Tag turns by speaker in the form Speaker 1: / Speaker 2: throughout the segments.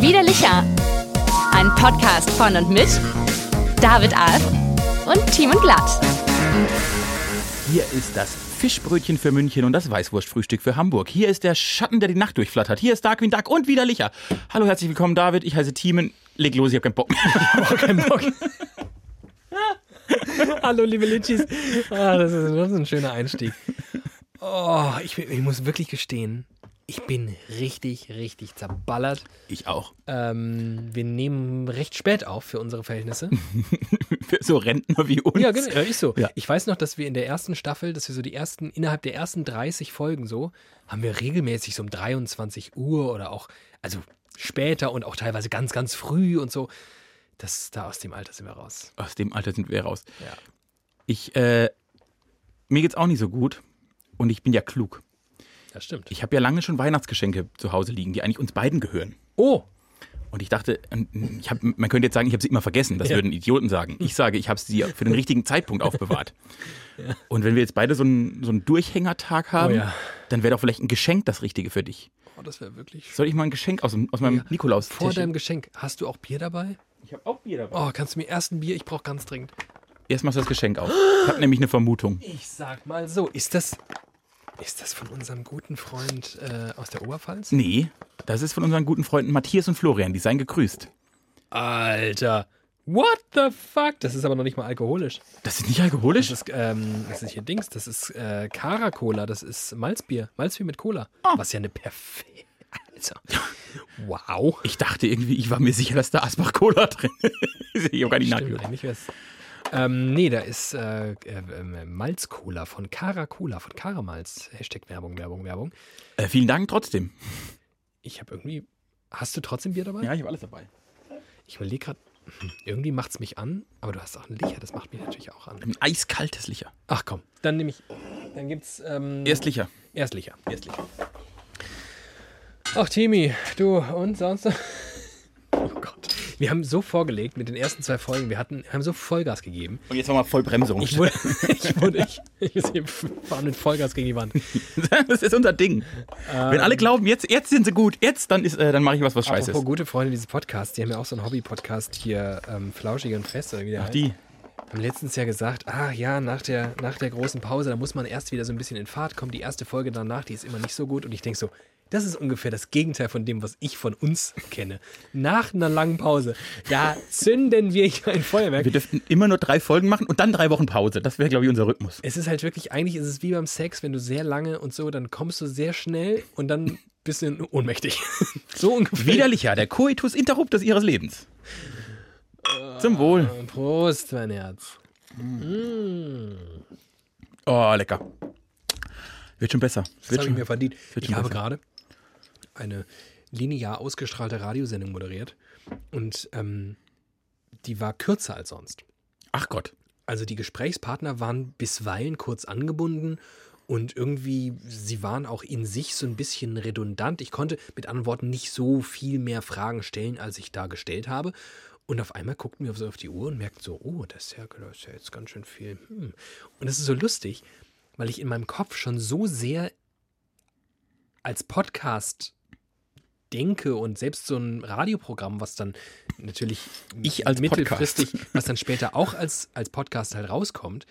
Speaker 1: Widerlicher. Ein Podcast von und mit David Alf und Team und Glatt.
Speaker 2: Hier ist das Fischbrötchen für München und das Weißwurstfrühstück für Hamburg. Hier ist der Schatten, der die Nacht durchflattert. Hier ist Darkwing Duck und Widerlicher. Hallo, herzlich willkommen, David. Ich heiße Thiemen. Leg los, ich hab keinen Bock. Ich hab keinen Bock.
Speaker 3: Hallo, liebe Litschis. Ah, das, ist, das ist ein schöner Einstieg. Oh, ich, bin- ich muss wirklich gestehen, ich bin richtig, richtig zerballert.
Speaker 2: Ich auch.
Speaker 3: Ähm, wir nehmen recht spät auf für unsere Verhältnisse.
Speaker 2: Für so Rentner wie uns.
Speaker 3: Ja, genau, ja, ist so.
Speaker 2: Ja.
Speaker 3: Ich weiß noch, dass wir in der ersten Staffel, dass wir so die ersten, innerhalb der ersten 30 Folgen so, haben wir regelmäßig so um 23 Uhr oder auch, also später und auch teilweise ganz, ganz früh und so. Das, da aus dem Alter sind wir raus.
Speaker 2: Aus dem Alter sind wir raus.
Speaker 3: Ja.
Speaker 2: Ich, äh, mir geht's auch nicht so gut. Und ich bin ja klug.
Speaker 3: Das stimmt.
Speaker 2: Ich habe ja lange schon Weihnachtsgeschenke zu Hause liegen, die eigentlich uns beiden gehören.
Speaker 3: Oh,
Speaker 2: Und ich dachte, ähm, ich hab, man könnte jetzt sagen, ich habe sie immer vergessen. Das
Speaker 3: Ja.
Speaker 2: würden Idioten sagen. Ich sage, ich habe sie für den richtigen Zeitpunkt aufbewahrt. Und wenn wir jetzt beide so einen, so einen Durchhängertag haben,
Speaker 3: Oh ja.
Speaker 2: dann wäre doch vielleicht ein Geschenk das Richtige für dich.
Speaker 3: oh das wäre wirklich
Speaker 2: Soll ich mal ein Geschenk aus, dem- aus meinem nikolaus
Speaker 3: Vor deinem Geschenk, hast du auch Bier dabei?
Speaker 2: Ich habe auch Bier dabei.
Speaker 3: Oh, kannst du mir erst ein Bier? Ich brauche ganz dringend.
Speaker 2: Erst machst du das Geschenk auf. Ich habe nämlich eine Vermutung.
Speaker 3: Ich sag mal so, ist das, ist das von unserem guten Freund äh, aus der Oberpfalz?
Speaker 2: Nee, das ist von unseren guten Freunden Matthias und Florian. Die seien gegrüßt.
Speaker 3: Alter, what the fuck? Das ist aber noch nicht mal alkoholisch.
Speaker 2: Das ist nicht alkoholisch?
Speaker 3: Das ist, ähm, das ist hier Dings, das ist äh, Cara-Cola, das ist Malzbier, Malzbier mit Cola. Was ja eine perfekte... Also, wow.
Speaker 2: Ich dachte irgendwie, ich war mir sicher, dass da Asbach-Cola drin ist. Ich habe gar nicht
Speaker 3: Stimmt,
Speaker 2: nachgeguckt.
Speaker 3: eigentlich wär's... Ähm, nee, da ist äh, äh, äh, Malz-Cola von Cara-Cola, von Cara-Malz. Hashtag Werbung, Werbung, Werbung.
Speaker 2: Äh, vielen Dank trotzdem.
Speaker 3: Ich habe irgendwie. Hast du trotzdem Bier dabei?
Speaker 2: Ja, ich habe alles dabei.
Speaker 3: Ich überlege gerade, irgendwie macht es mich an, aber du hast auch ein Licher, das macht mich natürlich auch an.
Speaker 2: Ein eiskaltes Licher.
Speaker 3: Ach komm, dann nehme ich. Dann gibt's ähm,
Speaker 2: Erst Licher.
Speaker 3: Erstlicher.
Speaker 2: Erst Licher.
Speaker 3: Ach, Timi, du und sonst. noch? Oh Gott. Wir haben so vorgelegt mit den ersten zwei Folgen. Wir hatten, haben so Vollgas gegeben.
Speaker 2: Und jetzt nochmal Vollbremsung.
Speaker 3: Ich wurde. Ich wurde. Ich, ich wir fahren mit Vollgas gegen die Wand.
Speaker 2: das ist unser Ding. Wenn alle glauben, jetzt, jetzt sind sie gut, jetzt, dann, ist, äh, dann mache ich was, was scheiße
Speaker 3: Ähm. Apropos
Speaker 2: ist.
Speaker 3: gute Freunde dieses Podcasts, die haben ja auch so einen Hobby-Podcast hier, ähm, Flauschig und Fest oder wie der heißt.
Speaker 2: Die.
Speaker 3: haben letztens ja gesagt, ach ja, nach der, nach der großen Pause, da muss man erst wieder so ein bisschen in Fahrt kommen. Die erste Folge danach, die ist immer nicht so gut. Und ich denke so, das ist ungefähr das Gegenteil von dem, was ich von uns kenne. Nach einer langen Pause, da zünden wir hier ein Feuerwerk.
Speaker 2: Wir dürften immer nur drei Folgen machen und dann drei Wochen Pause. Das wäre, glaube ich, unser Rhythmus.
Speaker 3: Es ist halt wirklich, eigentlich ist es wie beim Sex, wenn du sehr lange und so, dann kommst du sehr schnell und dann bist du ohnmächtig. so ungefähr.
Speaker 2: Widerlicher, der Coitus Interruptus ihres Lebens. Zum Wohl.
Speaker 3: Prost, mein Herz. Mm.
Speaker 2: Oh, lecker. Wird schon besser.
Speaker 3: Das
Speaker 2: Wird
Speaker 3: habe ich
Speaker 2: schon.
Speaker 3: mir verdient.
Speaker 2: wird
Speaker 3: Ich
Speaker 2: schon
Speaker 3: habe
Speaker 2: besser.
Speaker 3: gerade eine linear ausgestrahlte Radiosendung moderiert und ähm, die war kürzer als sonst.
Speaker 2: Ach Gott.
Speaker 3: Also die Gesprächspartner waren bisweilen kurz angebunden und irgendwie, sie waren auch in sich so ein bisschen redundant. Ich konnte mit anderen Worten nicht so viel mehr Fragen stellen, als ich da gestellt habe. Und auf einmal guckten wir so auf die Uhr und merkten so, oh, das ist ja, das ist ja jetzt ganz schön viel. Hm. Und das ist so lustig, weil ich in meinem Kopf schon so sehr als Podcast denke und selbst so ein Radioprogramm, was dann natürlich
Speaker 2: Ich als
Speaker 3: mittelfristig, was dann später auch als, als Podcast halt rauskommt,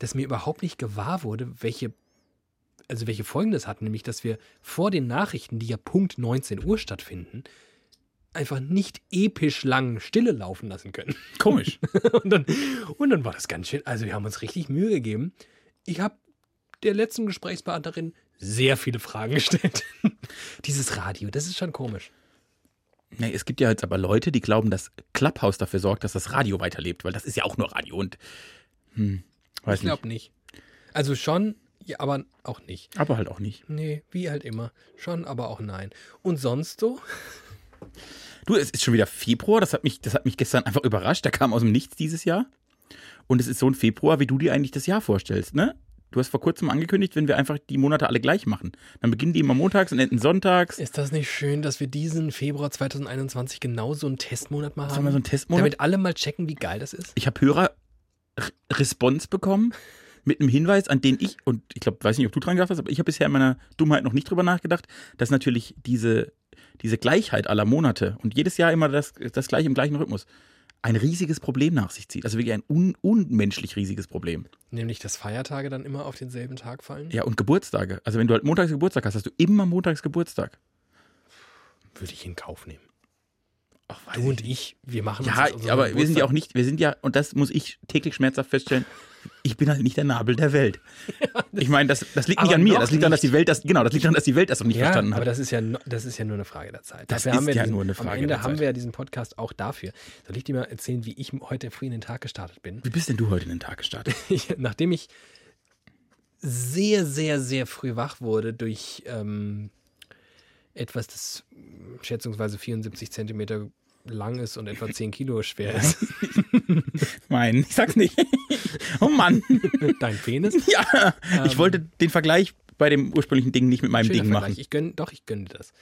Speaker 3: dass mir überhaupt nicht gewahr wurde, welche, also welche Folgen das hat, nämlich, dass wir vor den Nachrichten, die ja Punkt 19 Uhr stattfinden, einfach nicht episch lang Stille laufen lassen können.
Speaker 2: Komisch.
Speaker 3: Und dann, und dann war das ganz schön. Also, wir haben uns richtig Mühe gegeben. Ich habe der letzten Gesprächspartnerin sehr viele Fragen gestellt. Dieses Radio, das ist schon komisch.
Speaker 2: Nee, es gibt ja jetzt aber Leute, die glauben, dass Clubhouse dafür sorgt, dass das Radio weiterlebt, weil das ist ja auch nur Radio und. Hm, weiß
Speaker 3: Ich glaube nicht. Also schon, ja, aber auch nicht.
Speaker 2: nicht. Aber halt auch nicht.
Speaker 3: Nee, wie halt immer. Schon, aber auch nein. Und sonst so?
Speaker 2: Du, es ist schon wieder Februar. Das hat mich, das hat mich gestern einfach überrascht. Da kam aus dem Nichts dieses Jahr. Und es ist so ein Februar, wie du dir eigentlich das Jahr vorstellst, ne? Du hast vor kurzem angekündigt, wenn wir einfach die Monate alle gleich machen. Dann beginnen die immer montags und enden sonntags.
Speaker 3: Ist das nicht schön, dass wir diesen Februar 2021 genau so einen Testmonat mal haben?
Speaker 2: Sollen wir so einen Testmonat?
Speaker 3: Damit alle mal checken, wie geil das ist?
Speaker 2: Ich habe Hörer R- Response bekommen mit einem Hinweis, an den ich, und ich glaube, weiß nicht, ob du dran gedacht hast, aber ich habe bisher in meiner Dummheit noch nicht drüber nachgedacht, dass natürlich diese, diese Gleichheit aller Monate und jedes Jahr immer das, das gleiche im gleichen Rhythmus ein riesiges Problem nach sich zieht. Also wirklich ein un, unmenschlich riesiges Problem.
Speaker 3: Nämlich, dass Feiertage dann immer auf denselben Tag fallen?
Speaker 2: Ja, und Geburtstage. Also wenn du halt montags Geburtstag hast, hast du immer montags Geburtstag.
Speaker 3: Würde ich in Kauf nehmen.
Speaker 2: Ach, weiß
Speaker 3: Du und ich, wir machen uns
Speaker 2: Also Ja,
Speaker 3: jetzt unseren
Speaker 2: aber wir sind ja
Speaker 3: Geburtstag-
Speaker 2: auch nicht, wir sind ja, und das muss ich täglich schmerzhaft feststellen, ich bin halt nicht der Nabel der Welt. ich meine, das, das liegt nicht
Speaker 3: Aber
Speaker 2: an mir,
Speaker 3: noch
Speaker 2: das liegt daran, dass die
Speaker 3: nicht.
Speaker 2: Welt das, genau, das liegt daran, dass die Welt das noch nicht
Speaker 3: ja,
Speaker 2: verstanden hat.
Speaker 3: aber das ist ja, no- das ist ja nur eine Frage der Zeit.
Speaker 2: Das
Speaker 3: Dafür
Speaker 2: ist
Speaker 3: haben wir
Speaker 2: ja
Speaker 3: diesen,
Speaker 2: nur eine Frage
Speaker 3: Am Ende
Speaker 2: der
Speaker 3: haben
Speaker 2: Zeit.
Speaker 3: wir ja diesen Podcast auch dafür. Soll ich dir mal erzählen, wie ich heute früh in den Tag gestartet bin?
Speaker 2: Wie bist denn du heute in den Tag gestartet?
Speaker 3: ich, nachdem ich sehr, sehr, sehr früh wach wurde durch ähm, etwas, das mm, schätzungsweise 74 Zentimeter lang ist und etwa 10 Kilo schwer ist.
Speaker 2: Nein, ich sag's nicht. oh Mann.
Speaker 3: Dein Penis.
Speaker 2: Ja, ich wollte den Vergleich bei dem ursprünglichen Ding nicht mit meinem
Speaker 3: Schöner
Speaker 2: Ding
Speaker 3: Vergleich.
Speaker 2: machen.
Speaker 3: Ich gönn, doch, ich gönne dir das.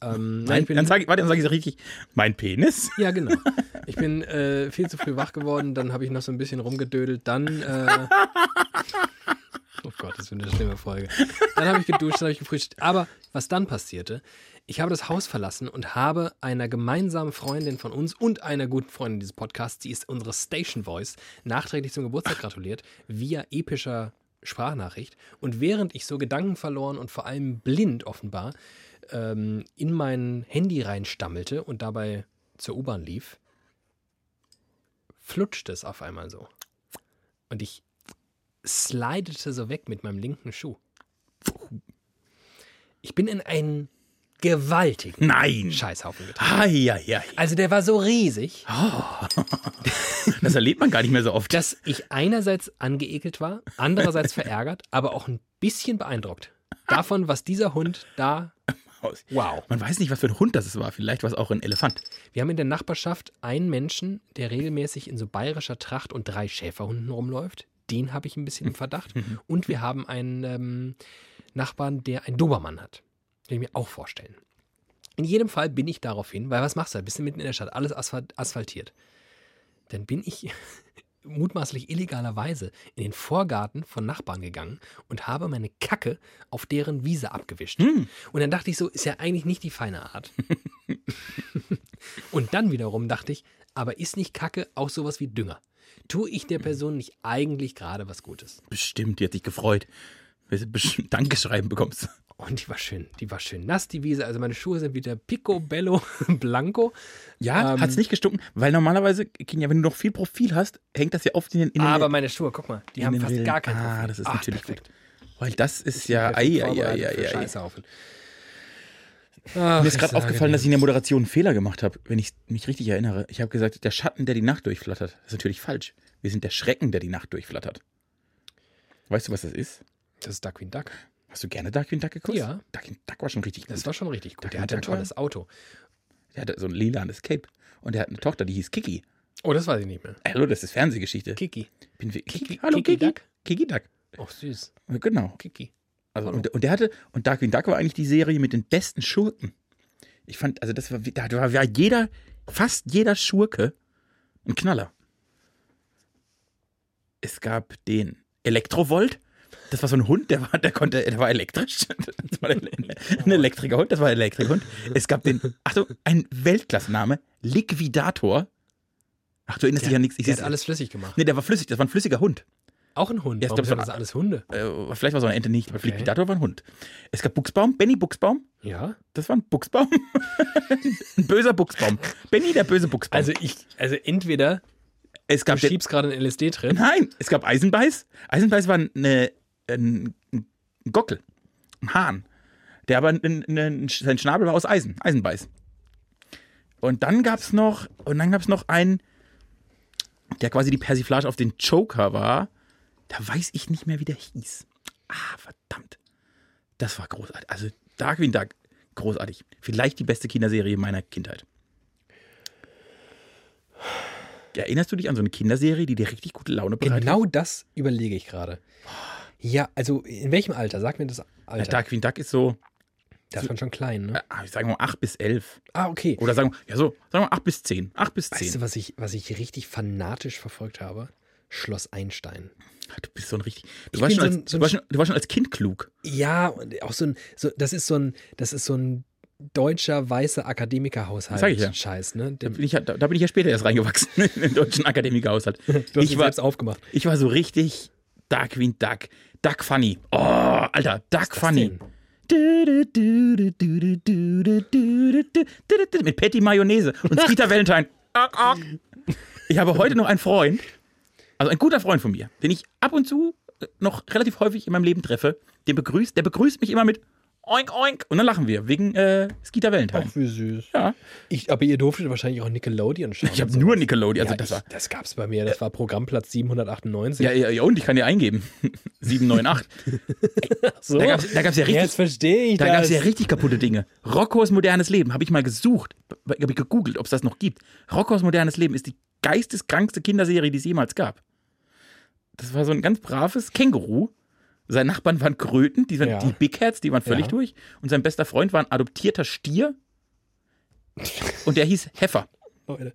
Speaker 3: Ähm,
Speaker 2: Nein,
Speaker 3: ich bin-
Speaker 2: dann sage ich, warte, dann sage ich es richtig. Mein Penis?
Speaker 3: Ja, genau. Ich bin äh, viel zu früh wach geworden, dann habe ich noch so ein bisschen rumgedödelt, dann. Äh, oh Gott, das wird eine schlimme Folge. Dann habe ich geduscht, dann habe ich gefrühstückt. Aber was dann passierte, ich habe das Haus verlassen und habe einer gemeinsamen Freundin von uns und einer guten Freundin dieses Podcasts, die ist unsere Station Voice, nachträglich zum Geburtstag gratuliert, via epischer Sprachnachricht. Und während ich so Gedanken verloren und vor allem blind offenbar ähm, in mein Handy reinstammelte und dabei zur U-Bahn lief, flutschte es auf einmal so. Und ich slidete so weg mit meinem linken Schuh. Ich bin in einen gewaltigen
Speaker 2: Nein.
Speaker 3: Scheißhaufen getreten.
Speaker 2: Ah, ja, ja.
Speaker 3: Also der war so riesig,
Speaker 2: Das erlebt man gar nicht mehr so oft.
Speaker 3: dass ich einerseits angeekelt war, andererseits verärgert, aber auch ein bisschen beeindruckt davon, was dieser Hund da. Wow.
Speaker 2: Man weiß nicht, was für ein Hund das war. Vielleicht war es auch ein Elefant.
Speaker 3: Wir haben in der Nachbarschaft einen Menschen, der regelmäßig in so bayerischer Tracht und drei Schäferhunden rumläuft. Den habe ich ein bisschen im Verdacht. Und wir haben einen ähm, Nachbarn, der einen Dobermann hat. Kann ich mir auch vorstellen. In jedem Fall bin ich darauf hin, weil was machst du? da? Bist du mitten in der Stadt, alles asphalt- asphaltiert. Dann bin ich mutmaßlich illegalerweise in den Vorgarten von Nachbarn gegangen und habe meine Kacke auf deren Wiese abgewischt. Und dann dachte ich so, ist ja eigentlich nicht die feine Art. Und dann wiederum dachte ich, aber ist nicht Kacke auch sowas wie Dünger? Tue ich der Person nicht eigentlich gerade was Gutes?
Speaker 2: Bestimmt, die hat sich gefreut. Weil sie bestimmt Dankeschreiben bekommst.
Speaker 3: Und die war schön, die war schön nass, die Wiese. Also meine Schuhe sind wieder Picobello Blanco.
Speaker 2: Ja,
Speaker 3: Ähm,
Speaker 2: hat's nicht gestunken, weil normalerweise, Kinja, wenn du noch viel Profil hast, hängt das ja oft in den. In den
Speaker 3: Aber meine Schuhe, guck mal, die
Speaker 2: in
Speaker 3: haben
Speaker 2: den
Speaker 3: fast
Speaker 2: Rillen.
Speaker 3: gar keinen
Speaker 2: Ah,
Speaker 3: Profil.
Speaker 2: das ist
Speaker 3: Ach,
Speaker 2: natürlich
Speaker 3: perfekt.
Speaker 2: weil das ist ja. Ei, ei,
Speaker 3: Perfekt
Speaker 2: ei,
Speaker 3: vorbereitet für
Speaker 2: ei, ei.
Speaker 3: Scheißhaufen.
Speaker 2: Mir ist gerade aufgefallen, dass ich in der Moderation einen Fehler gemacht habe, wenn ich mich richtig erinnere. Ich habe gesagt, der Schatten, der die Nacht durchflattert. Das ist natürlich falsch. Wir sind der Schrecken, der die Nacht durchflattert. Weißt du, was das ist?
Speaker 3: Das ist Duckwin Duck.
Speaker 2: Hast du gerne Darkwing Duck geguckt?
Speaker 3: Ja.
Speaker 2: Darkwing Duck war schon richtig gut.
Speaker 3: Das war schon richtig gut. Der
Speaker 2: Duckwin
Speaker 3: hatte ein
Speaker 2: Duck war-
Speaker 3: tolles Auto.
Speaker 2: der hatte so ein lilanes Cape. Und der hat eine Tochter, die hieß Kiki.
Speaker 3: Oh, das weiß ich nicht mehr.
Speaker 2: Hallo, das ist Fernsehgeschichte.
Speaker 3: Kiki.
Speaker 2: Bin wir, Kiki,
Speaker 3: Kiki-
Speaker 2: Hallo,
Speaker 3: Kiki
Speaker 2: Kiki.
Speaker 3: Duck?
Speaker 2: Kiki Duck.
Speaker 3: Oh, süß.
Speaker 2: Genau.
Speaker 3: Kiki.
Speaker 2: Also, und, und der hatte, und Darkwing Duck war eigentlich die Serie mit den besten Schurken. Ich fand, also das war, da war, war jeder, fast jeder Schurke ein Knaller. Es gab den Elektrovolt. Das war so ein Hund, der war, der konnte, der war elektrisch. Das war ein, ein elektriker Hund, das war ein Elektrikhund. Es gab den, Achtung, ein Weltklassenname, Liquidator. Ach, du erinnerst dich an nichts. Ich
Speaker 3: Der
Speaker 2: seh's-
Speaker 3: hat alles flüssig gemacht.
Speaker 2: Nee, der war flüssig, das war ein flüssiger Hund.
Speaker 3: Auch ein Hund.
Speaker 2: äh, Ja, ich
Speaker 3: Warum
Speaker 2: glaub,
Speaker 3: sind
Speaker 2: so-
Speaker 3: das alles Hunde?
Speaker 2: Äh, vielleicht war so eine Ente nicht, aber Liquidator war ein Hund. Es gab Buchsbaum, Benny Buchsbaum.
Speaker 3: Ja.
Speaker 2: Das war ein Buchsbaum. ein böser Buchsbaum. Benny, der böse Buchsbaum.
Speaker 3: Also ich, also entweder
Speaker 2: es gab
Speaker 3: du schiebst gerade einen LSD drin.
Speaker 2: Nein, es gab Eisenbeiß. Eisenbeiß war eine, ein, ein Gockel, ein Hahn. Der aber ein, ein, ein, sein Schnabel war aus Eisen, Eisenbeiß. Und dann gab es noch, und dann gab es noch einen, der quasi die Persiflage auf den Joker war. Da weiß ich nicht mehr, wie der hieß. Ah, verdammt. Das war großartig. Also Darkwing Duck, großartig. Vielleicht die beste Kinderserie meiner Kindheit. Erinnerst du dich an so eine Kinderserie, die dir richtig gute Laune bereitet?
Speaker 3: Genau das überlege ich gerade. Ja, also in welchem Alter? Sag mir das
Speaker 2: Ja,
Speaker 3: Alter.
Speaker 2: Darkwing Duck ist so,
Speaker 3: Da ist man schon klein, ne?
Speaker 2: äh, ich sage mal 8 bis 11.
Speaker 3: Ah, okay.
Speaker 2: Oder sagen wir, ja so, sagen wir 8 bis 10. 8 bis 10.
Speaker 3: Weißt du, was ich, was ich richtig fanatisch verfolgt habe? Schloss Einstein.
Speaker 2: Ah, Du bist so ein richtig. Du
Speaker 3: Ich
Speaker 2: warst,
Speaker 3: bin
Speaker 2: schon als,
Speaker 3: so
Speaker 2: du,
Speaker 3: ein- so ein
Speaker 2: warst schon, du warst schon als Kind klug.
Speaker 3: Ja, und auch so ein, so, das ist so ein, das ist so ein deutscher weißer Akademikerhaushalt.
Speaker 2: Sag ich ja.
Speaker 3: Scheiß, ne?
Speaker 2: Da
Speaker 3: Dem,
Speaker 2: bin ich ja, da, da bin ich ja später erst reingewachsen im deutschen Akademikerhaushalt.
Speaker 3: du hast
Speaker 2: Ich
Speaker 3: ihn
Speaker 2: war,
Speaker 3: selbst aufgemacht.
Speaker 2: ich war so richtig Dark wie ein Duck. Duck Funny. Oh, Alter, Duck
Speaker 3: das
Speaker 2: Funny.
Speaker 3: denn?
Speaker 2: Du, du, du, du, du, du, du, du, du, du, du, Mit Patty Mayonnaise und Skeeter Valentine. Ak, ak. Ich habe heute noch einen Freund, also ein guter Freund von mir, den ich ab und zu äh, noch relativ häufig in meinem Leben treffe. Den begrüßt, der begrüßt mich immer mit Oink Oink und dann lachen wir wegen äh, Skeeter Valentine.
Speaker 3: Wie süß.
Speaker 2: Ja.
Speaker 3: Ich, aber ihr durftet wahrscheinlich auch Nickelodeon schauen.
Speaker 2: Ich habe
Speaker 3: und
Speaker 2: nur
Speaker 3: sowas.
Speaker 2: Nickelodeon, also
Speaker 3: ja,
Speaker 2: das
Speaker 3: ich,
Speaker 2: war. Äh.
Speaker 3: das gab's bei mir. Das war Programmplatz 798.
Speaker 2: Ja, ja, ja, und ich kann dir eingeben. 798.
Speaker 3: so.
Speaker 2: da gab's- da gab's ja richtig-
Speaker 3: Jetzt verstehe ich
Speaker 2: Da
Speaker 3: das.
Speaker 2: gab es ja richtig kaputte Dinge. Rockos modernes Leben, habe ich mal gesucht, habe ich gegoogelt, ob es das noch gibt. Rockos modernes Leben ist die geisteskrankste Kinderserie, die es jemals gab. Das war so ein ganz braves Känguru. Seine Nachbarn waren Kröten, die, waren,
Speaker 3: Ja.
Speaker 2: die Big Cats, die waren völlig
Speaker 3: Ja.
Speaker 2: durch. Und sein bester Freund war ein adoptierter Stier. Und der hieß Heffer.
Speaker 3: Oh, Leute,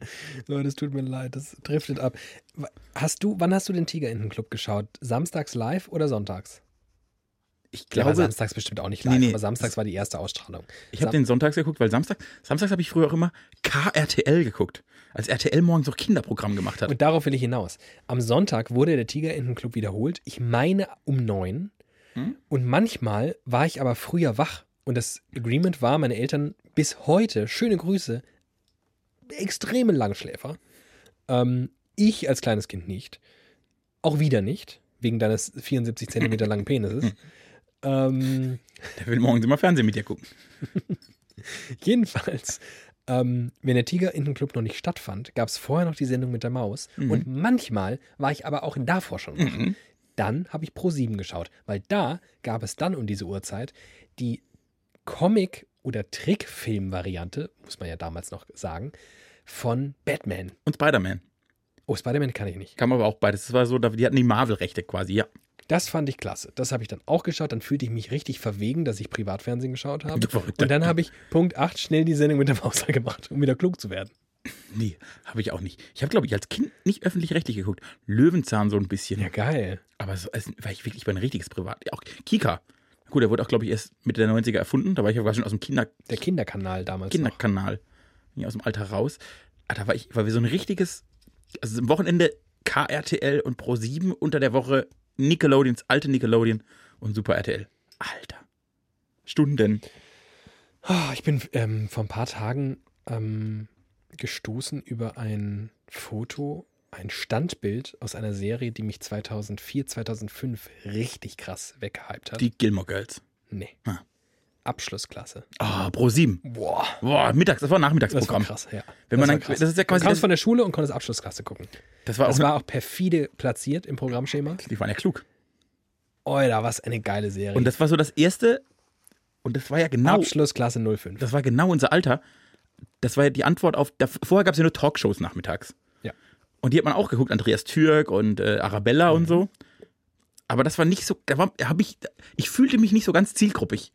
Speaker 3: Leute, es tut mir leid, das driftet ab. Wa- Hast du, wann hast du den Tigerentenclub geschaut? Samstags live oder sonntags?
Speaker 2: Ich
Speaker 3: Der war
Speaker 2: glaube,
Speaker 3: samstags bestimmt auch nicht
Speaker 2: Nee,
Speaker 3: live,
Speaker 2: nee.
Speaker 3: aber samstags war die erste Ausstrahlung.
Speaker 2: ich habe
Speaker 3: Sam-
Speaker 2: den sonntags geguckt, weil Samstag, samstags habe ich früher auch immer KRTL geguckt. Als RTL morgens noch Kinderprogramm gemacht hat.
Speaker 3: Und darauf will ich hinaus. Am Sonntag wurde der Tigerentenclub wiederholt. Ich meine um neun. Und manchmal war ich aber früher wach. Und das Agreement war, meine Eltern bis heute, schöne Grüße, extreme Langschläfer. Ähm, ich als kleines Kind nicht. Auch wieder nicht, wegen deines 74 Zentimeter langen Penises. ähm,
Speaker 2: Der will morgens immer Fernsehen mit dir gucken.
Speaker 3: Jedenfalls, ähm, wenn der Tiger in den Club noch nicht stattfand, gab es vorher noch die Sendung mit der Maus. Und manchmal war ich aber auch davor schon. wach. Dann habe ich Pro 7 geschaut, weil da gab es dann um diese Uhrzeit die Comic- oder Trickfilm-Variante, muss man ja damals noch sagen, von Batman.
Speaker 2: Und Spider-Man.
Speaker 3: Oh, Spider-Man kann ich nicht.
Speaker 2: Kam aber auch beides. Das war so, da- die hatten die Marvel-Rechte quasi, ja.
Speaker 3: Das fand ich klasse. Das habe ich dann auch geschaut. Dann fühlte ich mich richtig verwegen, dass ich Privatfernsehen geschaut habe.
Speaker 2: Du Verrückter.
Speaker 3: Und dann habe ich Punkt 8 schnell die Sendung mit der Maus angemacht, um wieder klug zu werden.
Speaker 2: Nee, habe ich auch nicht. Ich habe, glaube ich, als Kind nicht öffentlich-rechtlich geguckt. Löwenzahn so ein bisschen.
Speaker 3: Ja, geil.
Speaker 2: Aber so, also, war ich wirklich über ein richtiges Privat. Auch Kika. Gut, der wurde auch, glaube ich, erst Mitte der 90er erfunden. Da war ich ja quasi schon aus dem Kinder
Speaker 3: Der Kinderkanal damals. noch.
Speaker 2: Kinderkanal. Bin ja aus dem Alter raus. Ah, da war ich, war wir so ein richtiges, also am Wochenende KRTL und Pro7 unter der Woche Nickelodeons, alte Nickelodeon und Super RTL. Alter. Stunden.
Speaker 3: Ah, ich bin ähm, vor ein paar Tagen ähm, gestoßen über ein Foto, ein Standbild aus einer Serie, die mich 2004, 2005 richtig krass weggehypt hat.
Speaker 2: Die Gilmore Girls.
Speaker 3: nee.
Speaker 2: Ah.
Speaker 3: Abschlussklasse.
Speaker 2: Ah, Pro7.
Speaker 3: Boah.
Speaker 2: Boah, mittags, das war
Speaker 3: Das war
Speaker 2: Nachmittagsprogramm.
Speaker 3: krass, ja.
Speaker 2: Wenn man
Speaker 3: war
Speaker 2: dann- das ist ja quasi
Speaker 3: Du kamst
Speaker 2: das-
Speaker 3: von der Schule und konntest Abschlussklasse gucken.
Speaker 2: Das war auch,
Speaker 3: Das war auch perfide platziert im Programmschema.
Speaker 2: die waren ja klug.
Speaker 3: Alter, was eine geile Serie.
Speaker 2: Und das war so das erste, und das war ja genau,
Speaker 3: Abschlussklasse 05.
Speaker 2: das war genau unser Alter. Das war ja die Antwort auf, da, vorher gab es ja nur Talkshows nachmittags.
Speaker 3: ja.
Speaker 2: Und die hat man auch geguckt, Andreas Türk und äh, Arabella
Speaker 3: Mhm.
Speaker 2: und so. Aber das war nicht so, da war, hab ich, ich fühlte mich nicht so ganz zielgruppig.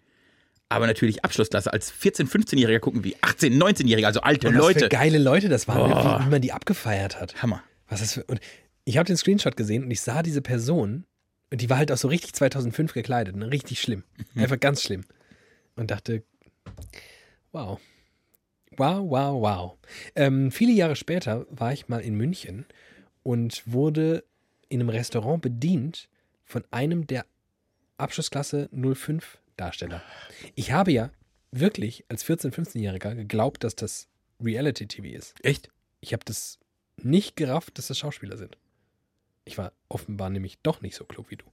Speaker 2: Aber natürlich Abschlussklasse, als 14-, 15-Jähriger gucken wie 18-, 19-Jähriger, also alte
Speaker 3: Und Was
Speaker 2: Leute.
Speaker 3: für geile Leute das waren,
Speaker 2: Boah.
Speaker 3: wie, wie man die abgefeiert hat.
Speaker 2: Hammer.
Speaker 3: Was ist für, und ich habe den Screenshot gesehen und ich sah diese Person und die war halt auch so richtig 2005 gekleidet, ne? richtig schlimm, einfach ganz schlimm. Und dachte, wow, wow, wow, wow. Ähm, viele Jahre später war ich mal in München und wurde in einem Restaurant bedient von einem der Abschlussklasse 05 Darsteller. Ich habe ja wirklich als 14-, 15-Jähriger geglaubt, dass das Reality-TV ist.
Speaker 2: Echt?
Speaker 3: Ich habe das nicht gerafft, dass das Schauspieler sind. Ich war offenbar nämlich doch nicht so klug wie du.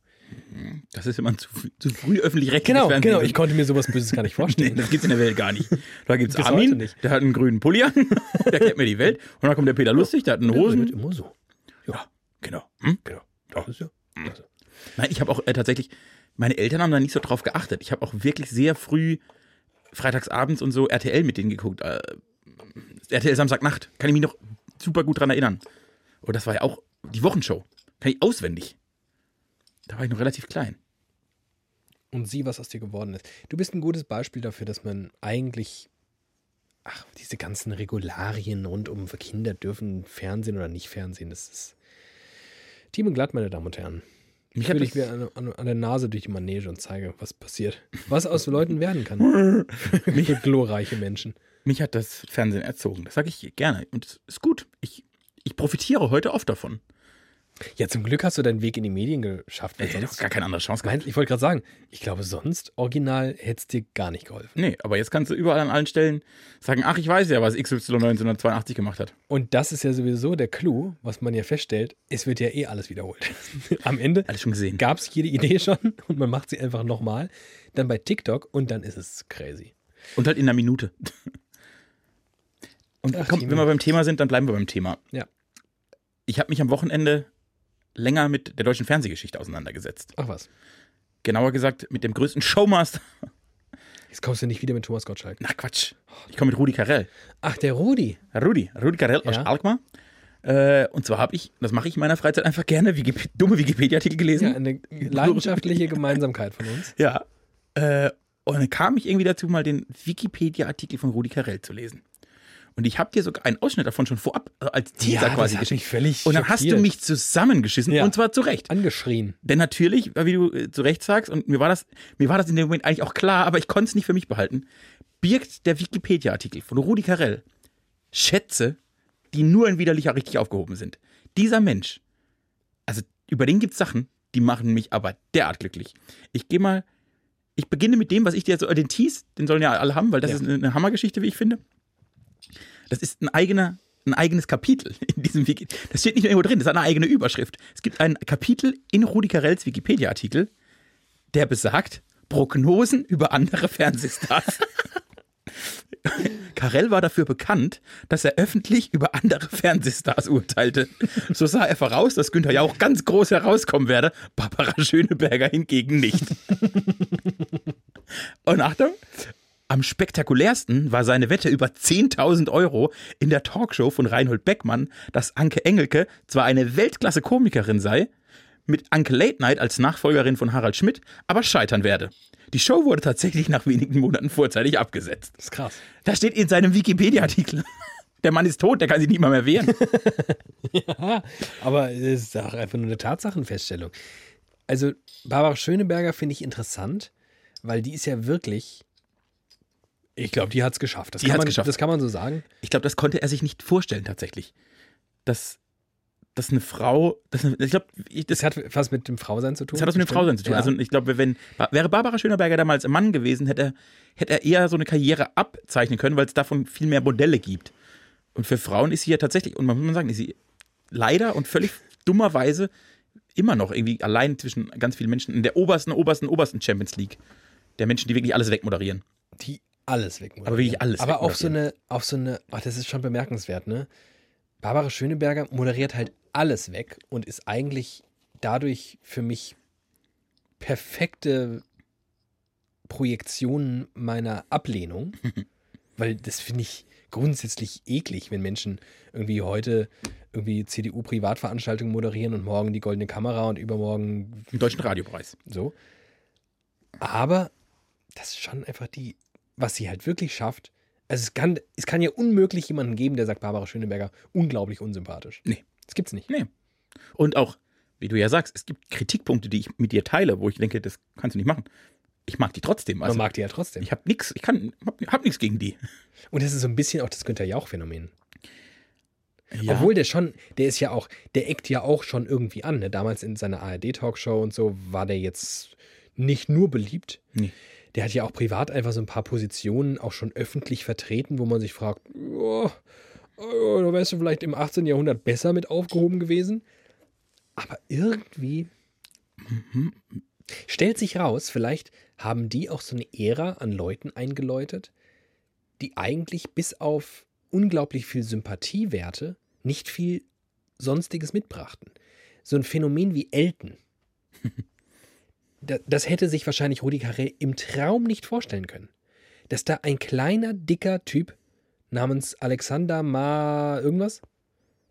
Speaker 2: Das ist immer zu, früh- zu früh öffentlich rechtlich
Speaker 3: Genau, genau. Ich konnte mir sowas Böses gar nicht
Speaker 2: Nee,
Speaker 3: vorstellen.
Speaker 2: das gibt's in der Welt gar nicht. Da gibt's
Speaker 3: Bis heute
Speaker 2: Armin,
Speaker 3: nicht.
Speaker 2: der hat einen grünen Pulli an, der kennt mir die Welt. Und dann kommt der Peter Lustig, der hat einen
Speaker 3: Das wird
Speaker 2: Hosen.
Speaker 3: immer so.
Speaker 2: Ja, genau. Hm?
Speaker 3: Genau.
Speaker 2: Ja.
Speaker 3: Das ist ja. Also.
Speaker 2: Nein, ich habe auch äh, tatsächlich, meine Eltern haben da nicht so drauf geachtet. Ich habe auch wirklich sehr früh freitagsabends und so RTL mit denen geguckt. Äh, RTL Samstagnacht, kann ich mich noch super gut dran erinnern. Und das war ja auch die Wochenshow. Kann ich auswendig. Da war ich noch relativ klein.
Speaker 3: Und sieh, was aus dir geworden ist. Du bist ein gutes Beispiel dafür, dass man eigentlich, ach, diese ganzen Regularien rund um Kinder dürfen Fernsehen oder nicht Fernsehen, das ist. Team und glatt, meine Damen und Herren.
Speaker 2: Mich
Speaker 3: Ich
Speaker 2: hat
Speaker 3: würde ich
Speaker 2: das-
Speaker 3: mir an, an, an der Nase durch die Manege und zeige, was passiert. Was aus Leuten werden kann. Für glorreiche Menschen.
Speaker 2: Mich hat das Fernsehen erzogen. Das sage ich gerne. Und es ist gut. Ich, ich profitiere heute oft davon.
Speaker 3: Ja, zum Glück hast du deinen Weg in die Medien geschafft. Weil
Speaker 2: Ich hätte auch
Speaker 3: sonst,
Speaker 2: gar keine andere Chance gehabt.
Speaker 3: Meinst- ich wollte gerade sagen, ich glaube, sonst original hätte es dir gar nicht geholfen.
Speaker 2: Nee, aber jetzt kannst du überall an allen Stellen sagen, ach, ich weiß ja, was XY 1982 gemacht hat.
Speaker 3: Und das ist ja sowieso der Clou, was man ja feststellt, es wird ja eh alles wiederholt. Am Ende
Speaker 2: Alles schon gesehen.
Speaker 3: gab es jede Idee schon und man macht sie einfach nochmal. Dann bei TikTok und dann ist es crazy.
Speaker 2: Und halt in einer Minute. Und
Speaker 3: Ach,
Speaker 2: komm,
Speaker 3: die
Speaker 2: wenn wir beim Thema sind, dann bleiben wir beim Thema.
Speaker 3: Ja.
Speaker 2: Ich habe mich am Wochenende länger mit der deutschen Fernsehgeschichte auseinandergesetzt.
Speaker 3: Ach was.
Speaker 2: Genauer gesagt, mit dem größten Showmaster.
Speaker 3: Jetzt kommst du nicht wieder mit Thomas Gottschalk.
Speaker 2: Na Quatsch. Ich komme mit Rudi Carell.
Speaker 3: Ach, der Rudi.
Speaker 2: Rudi, Rudi Carell aus
Speaker 3: Ja.
Speaker 2: Alkmaar. Äh, und zwar habe ich, das mache ich in meiner Freizeit einfach gerne, Wikip dumme Wikipedia-Artikel gelesen.
Speaker 3: Ja, eine leidenschaftliche Gemeinsamkeit von uns.
Speaker 2: Ja. Äh, und dann kam ich irgendwie dazu, mal den Wikipedia-Artikel von Rudi Carell zu lesen. Und ich habe dir sogar einen Ausschnitt davon schon vorab äh, als Teaser quasi geschickt.
Speaker 3: mich völlig
Speaker 2: Und dann hast du
Speaker 3: schockiert.
Speaker 2: mich zusammengeschissen
Speaker 3: Ja.
Speaker 2: und zwar zu Recht.
Speaker 3: angeschrien.
Speaker 2: Denn natürlich, wie du äh, zu Recht sagst, und mir war das, mir war das in dem Moment eigentlich auch klar, aber ich konnte es nicht für mich behalten, birgt der Wikipedia-Artikel von Rudi Carell Schätze, die nur in Widerlicher richtig aufgehoben sind. Dieser Mensch, also über den gibt es Sachen, die machen mich aber derart glücklich. Ich gehe mal, ich beginne mit dem, was ich dir jetzt, äh, den Tease, den sollen ja alle haben, weil das
Speaker 3: Ja.
Speaker 2: ist eine, eine Hammergeschichte, wie ich finde. Das ist ein eigener, ein eigenes Kapitel in diesem Wiki. Das steht nicht nur irgendwo drin, das ist eine eigene Überschrift. Es gibt ein Kapitel in Rudi Carells Wikipedia-Artikel, der besagt Prognosen über andere Fernsehstars. Carell war dafür bekannt, dass er öffentlich über andere Fernsehstars urteilte. So sah er voraus, dass Günther ja auch ganz groß herauskommen werde, Barbara Schöneberger hingegen nicht. Und Achtung, am spektakulärsten war seine Wette über 10.000 Euro in der Talkshow von Reinhold Beckmann, dass Anke Engelke zwar eine Weltklasse-Komikerin sei, mit Anke Late Night als Nachfolgerin von Harald Schmidt, aber scheitern werde. Die Show wurde tatsächlich nach wenigen Monaten vorzeitig abgesetzt.
Speaker 3: Das ist krass.
Speaker 2: Das steht in seinem Wikipedia-Artikel. Der Mann ist tot, der kann sich nicht mal mehr wehren.
Speaker 3: Aber es ist auch einfach nur eine Tatsachenfeststellung. Also, Barbara Schöneberger finde ich interessant, weil die ist ja wirklich. Ich glaube, die hat es geschafft. Das
Speaker 2: Die
Speaker 3: kann
Speaker 2: hat's
Speaker 3: man,
Speaker 2: geschafft.
Speaker 3: Das kann man so sagen.
Speaker 2: Ich glaube, das konnte er sich nicht vorstellen tatsächlich. Dass, dass eine Frau, dass eine, ich glaube, ich- das,
Speaker 3: Das hat was mit dem Frausein zu tun.
Speaker 2: das hat was mit den
Speaker 3: bestimmt.
Speaker 2: Frauen zu tun.
Speaker 3: Ja.
Speaker 2: Also ich glaube, wenn ba- wäre Barbara Schöneberger damals ein Mann gewesen, hätte er, hätte er eher so eine Karriere abzeichnen können, weil es davon viel mehr Modelle gibt. Und für Frauen ist sie ja tatsächlich, und man muss sagen, ist sie leider und völlig dummerweise immer noch irgendwie allein zwischen ganz vielen Menschen in der obersten, obersten, obersten Champions League. Der Menschen, die wirklich alles wegmoderieren.
Speaker 3: die alles wegmoderieren.
Speaker 2: Aber wirklich alles
Speaker 3: Aber auf so
Speaker 2: wegmoderieren.
Speaker 3: eine, auf so eine, ach, das ist schon bemerkenswert, ne? Barbara Schöneberger moderiert halt alles weg und ist eigentlich dadurch für mich perfekte Projektion meiner Ablehnung, weil das finde ich grundsätzlich eklig, wenn Menschen irgendwie heute irgendwie CDU-Privatveranstaltungen moderieren und morgen die goldene Kamera und übermorgen
Speaker 2: Im Deutschen Radiopreis.
Speaker 3: so. Aber das ist schon einfach die, was sie halt wirklich schafft. Also es kann, es kann ja unmöglich jemanden geben, der sagt Barbara Schöneberger unglaublich unsympathisch.
Speaker 2: Nee.
Speaker 3: Das gibt's nicht.
Speaker 2: Nee. Und auch, wie du ja sagst, es gibt Kritikpunkte, die ich mit dir teile, wo ich denke, das kannst du nicht machen. Ich mag die trotzdem.
Speaker 3: Man
Speaker 2: Also,
Speaker 3: mag die ja trotzdem.
Speaker 2: ich habe nichts, ich kann, hab, hab nichts gegen die.
Speaker 3: Und das ist so ein bisschen auch das Günther Jauch-Phänomen.
Speaker 2: Ja.
Speaker 3: Obwohl der schon, der ist ja auch, der eckt ja auch schon irgendwie an. Ne? Damals in seiner ARD-Talkshow und so war der jetzt nicht nur beliebt.
Speaker 2: Nee.
Speaker 3: Der hat ja auch privat einfach so ein paar Positionen auch schon öffentlich vertreten, wo man sich fragt, ja, äh, da wärst du vielleicht im 18. Jahrhundert besser mit aufgehoben gewesen. Aber irgendwie
Speaker 2: Mhm.
Speaker 3: stellt sich raus, vielleicht haben die auch so eine Ära an Leuten eingeläutet, die eigentlich bis auf unglaublich viel Sympathiewerte nicht viel Sonstiges mitbrachten. So ein Phänomen wie Elton. Da- Das hätte sich wahrscheinlich Rudi Carré im Traum nicht vorstellen können. Dass da ein kleiner, dicker Typ namens Alexander Ma irgendwas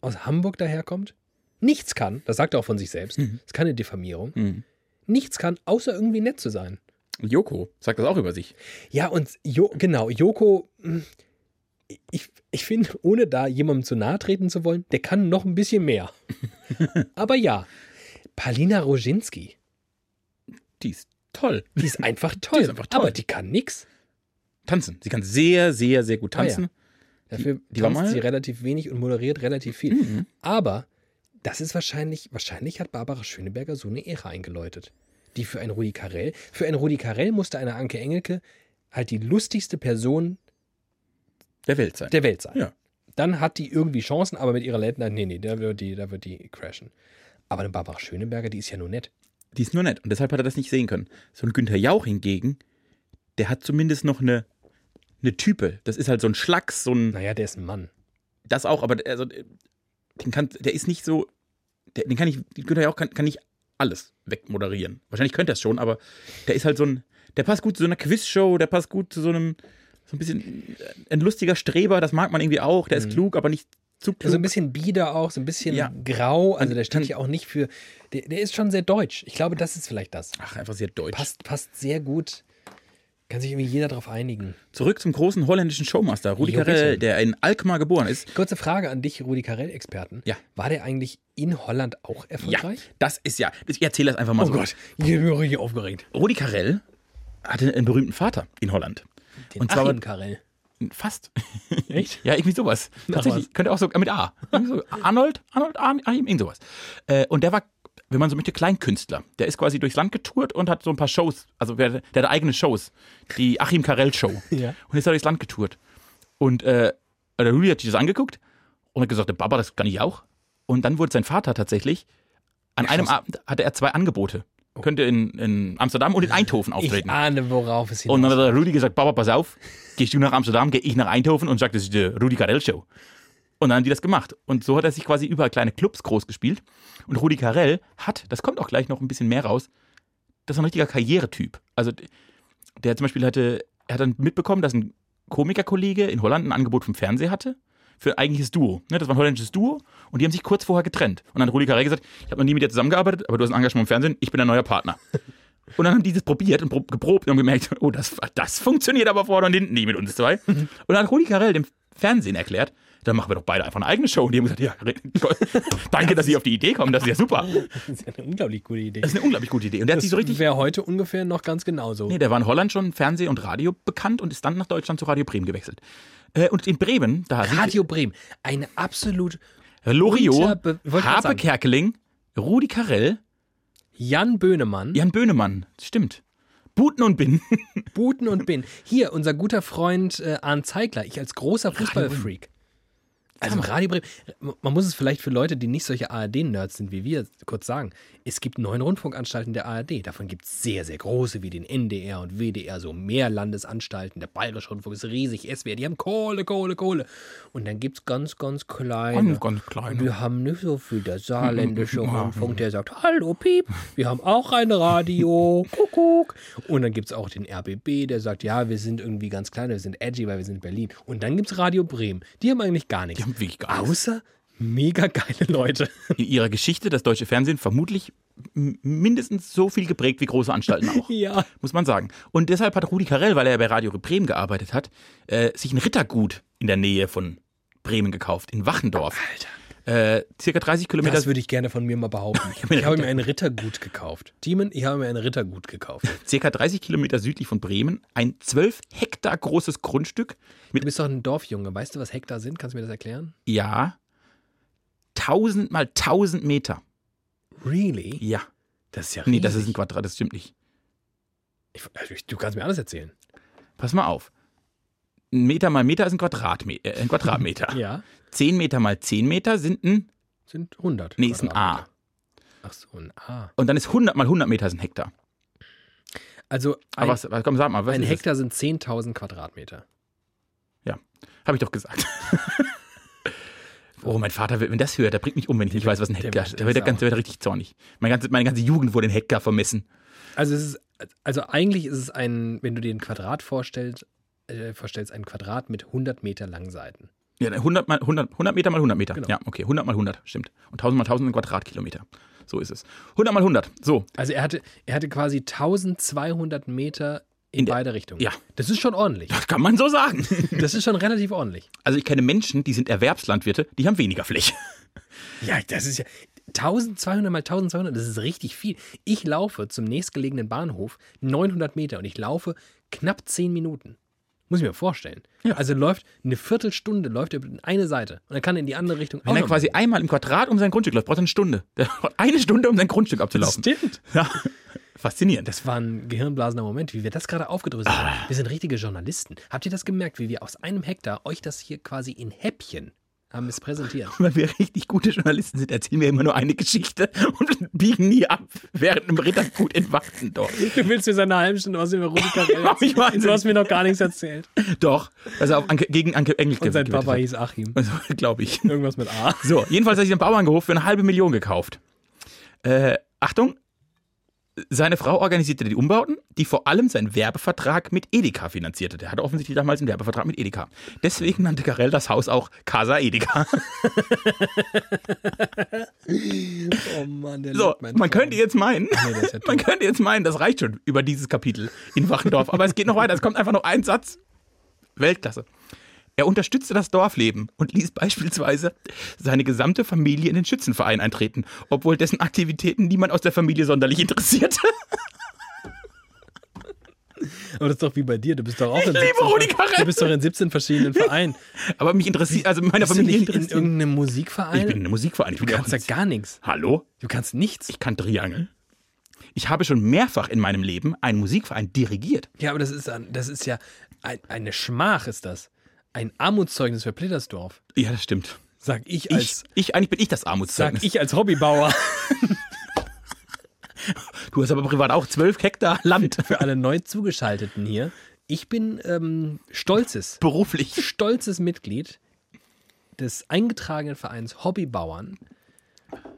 Speaker 3: aus Hamburg daherkommt, nichts kann, das sagt er auch von sich selbst,
Speaker 2: Mhm.
Speaker 3: ist keine Diffamierung,
Speaker 2: Hm.
Speaker 3: nichts kann, außer irgendwie nett zu sein.
Speaker 2: Joko sagt das auch über sich.
Speaker 3: Ja, und jo genau, Joko, mh, ich, ich finde, ohne da jemandem zu nahe treten zu wollen, der kann noch ein bisschen mehr. Aber ja, Palina Roginski.
Speaker 2: Die ist toll.
Speaker 3: Die ist einfach toll.
Speaker 2: Die ist einfach toll.
Speaker 3: Aber die kann nix.
Speaker 2: Tanzen. Sie kann sehr, sehr, sehr gut
Speaker 3: Ah, ja.
Speaker 2: tanzen.
Speaker 3: Dafür
Speaker 2: die war
Speaker 3: tanzt
Speaker 2: mal- Mhm.
Speaker 3: sie relativ wenig und moderiert relativ viel. Aber das ist wahrscheinlich, wahrscheinlich hat Barbara Schöneberger so eine Ära eingeläutet. Die für einen Rudi Carell, für einen Rudi Carell musste eine Anke Engelke halt die lustigste Person
Speaker 2: Der Welt sein.
Speaker 3: der Welt sein.
Speaker 2: Ja.
Speaker 3: Dann hat die irgendwie Chancen, aber mit ihrer Late Night, nee, nee, da wird die, da wird die crashen. Aber eine Barbara Schöneberger, die ist ja nur nett.
Speaker 2: Die ist nur nett. Und deshalb hat er das nicht sehen können. So ein Günther Jauch hingegen, der hat zumindest noch eine, eine Type. Das ist halt so ein Schlacks, so ein.
Speaker 3: Naja, der ist ein Mann.
Speaker 2: Das auch, aber der- also, den kann, der ist nicht so. Der, den kann ich. Günther Jauch kann, kann nicht alles wegmoderieren. Wahrscheinlich könnte er es schon, aber der ist halt so ein. Der passt gut zu so einer Quizshow, der passt gut zu so einem. So ein bisschen. äh, Ein lustiger Streber, das mag man irgendwie auch. Der ist klug, aber nicht zu klug.
Speaker 3: Mhm. Also ein bisschen bieder auch, so ein bisschen
Speaker 2: Ja.
Speaker 3: grau. Also der steht
Speaker 2: dann-
Speaker 3: ja auch nicht für. Der, der ist schon sehr deutsch. Ich glaube, das ist vielleicht das.
Speaker 2: Ach, einfach sehr deutsch.
Speaker 3: Passt, passt sehr gut. Kann sich irgendwie jeder darauf einigen.
Speaker 2: Zurück zum großen holländischen Showmaster, Rudi
Speaker 3: Jo, bitte.
Speaker 2: Carell, der in Alkmaar geboren ist.
Speaker 3: Kurze Frage an dich, Rudi Carell-Experten.
Speaker 2: Ja.
Speaker 3: War der eigentlich in Holland auch
Speaker 2: Ja,
Speaker 3: erfolgreich?
Speaker 2: das ist ja. Ich erzähle das einfach mal
Speaker 3: Oh
Speaker 2: so.
Speaker 3: Gott, hier bin ich richtig aufgeregt.
Speaker 2: Rudi Carell hatte einen berühmten Vater in Holland.
Speaker 3: Den
Speaker 2: Und zwar
Speaker 3: Achim Carell.
Speaker 2: fast.
Speaker 3: Echt?
Speaker 2: Ja, irgendwie sowas. Tatsächlich.
Speaker 3: was.
Speaker 2: Könnte auch so äh, mit A. Irgendwie so Arnold, Arnold, Ar- Achim, irgend sowas. Äh, Und der war, wenn man so möchte, Kleinkünstler. Der ist quasi durchs Land getourt und hat so ein paar Shows. Also der, der hatte eigene Shows. Die Achim Carell Show.
Speaker 3: Ja.
Speaker 2: Und ist da durchs Land getourt. Und äh, der Rudi hat sich das angeguckt und hat gesagt, der Papa, das kann ich auch. Und dann wurde sein Vater tatsächlich, an einem Abend hatte er zwei Angebote.
Speaker 3: Oh.
Speaker 2: Könnte in, in Amsterdam und in Eindhoven
Speaker 3: Ich
Speaker 2: auftreten.
Speaker 3: ahne, worauf es
Speaker 2: Und
Speaker 3: hinaus.
Speaker 2: dann hat der Rudi gesagt, Papa, pass auf, gehst du nach Amsterdam, gehe ich nach Eindhoven und sag, das ist die Rudi Carell Show. Und dann haben die das gemacht. Und so hat er sich quasi überall kleine Clubs groß gespielt. Und Rudi Carell hat, das kommt auch gleich noch ein bisschen mehr raus, das ist ein richtiger Karrieretyp. Also der zum Beispiel hatte, er hat dann mitbekommen, dass ein Komikerkollege in Holland ein Angebot vom Fernseher hatte für ein eigentliches Duo. Ne, das war ein holländisches Duo und die haben sich kurz vorher getrennt. Und dann hat Rudi Carell gesagt, ich habe noch nie mit dir zusammengearbeitet, aber du hast ein Engagement im Fernsehen, ich bin dein neuer Partner. Und dann haben die das probiert und prob- geprobt und haben gemerkt, oh, das, das funktioniert aber vorne und hinten nicht mit uns zwei.
Speaker 3: Mhm.
Speaker 2: Und dann hat Rudi Carell dem Fernsehen erklärt, dann machen wir doch beide einfach eine eigene Show. Und die haben gesagt, ja, danke, dass Sie auf die Idee kommen, das ist ja super.
Speaker 3: Das ist eine unglaublich gute Idee.
Speaker 2: Das ist eine unglaublich gute Idee. Und der hat
Speaker 3: Das
Speaker 2: sich so richtig
Speaker 3: wäre heute ungefähr noch ganz genauso.
Speaker 2: Nee, der war in Holland schon Fernseh und Radio bekannt und ist dann nach Deutschland zu Radio Bremen gewechselt. Äh, und in Bremen, da hat sich
Speaker 3: Radio Bremen, eine absolut
Speaker 2: Loriot,
Speaker 3: Unterbe- wollte ich grad
Speaker 2: Harpe
Speaker 3: sagen.
Speaker 2: Kerkeling, Rudi Carell,
Speaker 3: Jan Böhnemann,
Speaker 2: Jan Böhnemann, stimmt. Buten und Bin.
Speaker 3: Buten und Bin. Hier, unser guter Freund äh, Arndt Zeigler, ich als großer Fußballfreak. Also Radio Bremen, man muss es vielleicht für Leute, die nicht solche ARD-Nerds sind wie wir, kurz sagen. Es gibt neun Rundfunkanstalten der ARD. Davon gibt es sehr, sehr große, wie den NDR und WDR, so mehr Landesanstalten. Der Bayerische Rundfunk ist riesig, SWR, die haben Kohle, Kohle, Kohle. Und dann gibt es ganz, ganz kleine.
Speaker 2: Ganz, ganz kleine.
Speaker 3: Wir haben nicht so viel. Der saarländische Rundfunk, der sagt, hallo Piep, wir haben auch ein Radio, Kuckuck. Und dann gibt es auch den RBB, der sagt, ja, wir sind irgendwie ganz klein, wir sind edgy, weil wir sind Berlin. Und dann gibt es Radio Bremen. Die haben eigentlich gar nichts.
Speaker 2: Die haben wirklich gar nichts.
Speaker 3: Außer mega geile Leute.
Speaker 2: In ihrer Geschichte das deutsche Fernsehen vermutlich m- mindestens so viel geprägt wie große Anstalten auch.
Speaker 3: Ja.
Speaker 2: Muss man sagen. Und deshalb hat Rudi Carell, weil er bei Radio Bremen gearbeitet hat, äh, sich ein Rittergut in der Nähe von Bremen gekauft, in Wachendorf. Alter. Äh, circa 30 Kilometer
Speaker 3: Das würde ich gerne von mir mal behaupten. Ich habe mir ein Rittergut gekauft. Demon, ich habe mir ein Rittergut gekauft.
Speaker 2: circa 30 Kilometer südlich von Bremen, ein 12 Hektar großes Grundstück
Speaker 3: Du
Speaker 2: mit,
Speaker 3: bist doch ein Dorfjunge. Weißt du, was Hektar sind? Kannst du mir das erklären?
Speaker 2: ja, 1000 mal 1000 Meter.
Speaker 3: Really?
Speaker 2: Ja.
Speaker 3: Das ist ja
Speaker 2: Nee, das ist ein
Speaker 3: riesig.
Speaker 2: Quadrat, das stimmt nicht.
Speaker 3: Ich, du kannst mir alles erzählen.
Speaker 2: Pass mal auf. Ein Meter mal Meter ist ein, Quadratme äh, ein Quadratmeter.
Speaker 3: Ja.
Speaker 2: 10 Meter mal 10 Meter sind ein,
Speaker 3: Sind 100.
Speaker 2: nee, ist ein A.
Speaker 3: Quadratmeter. Ach so, ein A.
Speaker 2: Und dann ist 100 mal 100 Meter ist ein Hektar.
Speaker 3: Also ein,
Speaker 2: Aber was, was- komm, sag mal, was
Speaker 3: ein
Speaker 2: ist
Speaker 3: Hektar sind 10.000 Quadratmeter.
Speaker 2: das? Hab ich doch gesagt. Oh, mein Vater, wird, wenn das hört, der bringt mich um, wenn ich nicht weiß, was ein
Speaker 3: der
Speaker 2: Hektar
Speaker 3: wird-
Speaker 2: ist.
Speaker 3: der
Speaker 2: Der wird, der
Speaker 3: wird
Speaker 2: ganz, der wird richtig zornig. Meine ganze, meine ganze Jugend wurde in Hektar vermessen.
Speaker 3: Also, es ist, also eigentlich ist es ein, wenn du dir ein Quadrat vorstellst, äh, vorstellst ein Quadrat mit 100 Meter Langseiten.
Speaker 2: Ja, 100, mal, 100, 100 Meter mal 100 Meter.
Speaker 3: Genau.
Speaker 2: Ja, okay, 100 mal 100, stimmt. Und 1000 mal 1000 sind Quadratkilometer. So ist es. 100 mal 100, so.
Speaker 3: Also er hatte, er hatte quasi 1200 Meter in,
Speaker 2: In der-
Speaker 3: beide Richtungen.
Speaker 2: ja.
Speaker 3: Das ist schon ordentlich.
Speaker 2: Das kann man so sagen.
Speaker 3: Das ist schon relativ ordentlich.
Speaker 2: Also ich kenne Menschen, die sind Erwerbslandwirte, die haben weniger Fläche.
Speaker 3: Ja, das ist ja. 1200 mal 1200, das ist richtig viel. Ich laufe zum nächstgelegenen Bahnhof 900 Meter und ich laufe knapp 10 Minuten. Muss ich mir vorstellen. Also läuft eine Viertelstunde, läuft er über eine Seite und dann kann er in die andere Richtung
Speaker 2: Wenn er
Speaker 3: noch
Speaker 2: quasi einmal im Quadrat um sein Grundstück läuft, braucht er eine Stunde. Der braucht eine Stunde, um sein Grundstück abzulaufen.
Speaker 3: Stimmt.
Speaker 2: Ja. Faszinierend.
Speaker 3: Das war ein gehirnblasender Moment, wie wir das gerade aufgedröselt haben. Wir sind richtige Journalisten. Habt ihr das gemerkt, wie wir aus einem Hektar euch das hier quasi in Häppchen haben es präsentiert?
Speaker 2: Weil wir richtig gute Journalisten sind, erzählen wir immer nur eine Geschichte und biegen nie ab, während im Rittergut in Wachtendorf.
Speaker 3: Du willst mir seit einer halben Stunde was über Rudi
Speaker 2: Mach mich mal
Speaker 3: Du hast mir noch gar nichts erzählt.
Speaker 2: Doch, weil er auf Anke, gegen Anke Engelke
Speaker 3: Und sein
Speaker 2: gewettet
Speaker 3: Papa
Speaker 2: hat.
Speaker 3: hieß Achim.
Speaker 2: Also, glaube ich.
Speaker 3: Irgendwas mit A.
Speaker 2: So, jedenfalls hat sich den Bauernhof für eine halbe Million gekauft. Äh, Achtung, seine Frau organisierte die Umbauten, die vor allem seinen Werbevertrag mit Edeka finanzierte. Der hatte offensichtlich damals einen Werbevertrag mit Edeka. Deswegen nannte Karel das Haus auch Casa Edeka.
Speaker 3: Oh Mann, der
Speaker 2: So, man könnte jetzt meinen,
Speaker 3: der ist ja
Speaker 2: man
Speaker 3: dumm.
Speaker 2: könnte jetzt meinen, das reicht schon über dieses Kapitel in Wachendorf. Aber es geht noch weiter. Es kommt einfach noch ein Satz. Weltklasse. Er unterstützte das Dorfleben und ließ beispielsweise seine gesamte Familie in den Schützenverein eintreten, obwohl dessen Aktivitäten niemand aus der Familie sonderlich interessierte.
Speaker 3: Aber das ist doch wie bei dir. Du bist doch auch in
Speaker 2: liebe
Speaker 3: 17
Speaker 2: Rudi
Speaker 3: Ver-
Speaker 2: Carell.
Speaker 3: Du bist doch in 17 verschiedenen Vereinen.
Speaker 2: Aber mich interessiert, also meiner
Speaker 3: Bist du
Speaker 2: Familie
Speaker 3: nicht in
Speaker 2: interessiert. Ich
Speaker 3: irgendeinem
Speaker 2: bin in
Speaker 3: Musikverein?
Speaker 2: einem Musikverein. Ich bin
Speaker 3: Du kannst ja
Speaker 2: gar
Speaker 3: gar nichts.
Speaker 2: Hallo?
Speaker 3: Du kannst nichts.
Speaker 2: Ich kann Triangel. Ich habe schon mehrfach in meinem Leben einen Musikverein dirigiert.
Speaker 3: Ja, aber das ist, ein- das ist ja ein, eine Schmach, ist das. Ein Armutszeugnis für Plittersdorf.
Speaker 2: Ja, das stimmt.
Speaker 3: Sag ich
Speaker 2: Ich,
Speaker 3: als,
Speaker 2: ich, eigentlich bin ich das Armutszeugnis.
Speaker 3: sag ich als Hobbybauer
Speaker 2: Du hast aber privat auch zwölf Hektar Land.
Speaker 3: für alle neu zugeschalteten hier. Ich bin ähm, stolzes,
Speaker 2: Beruflich.
Speaker 3: stolzes Mitglied des eingetragenen Vereins Hobbybauern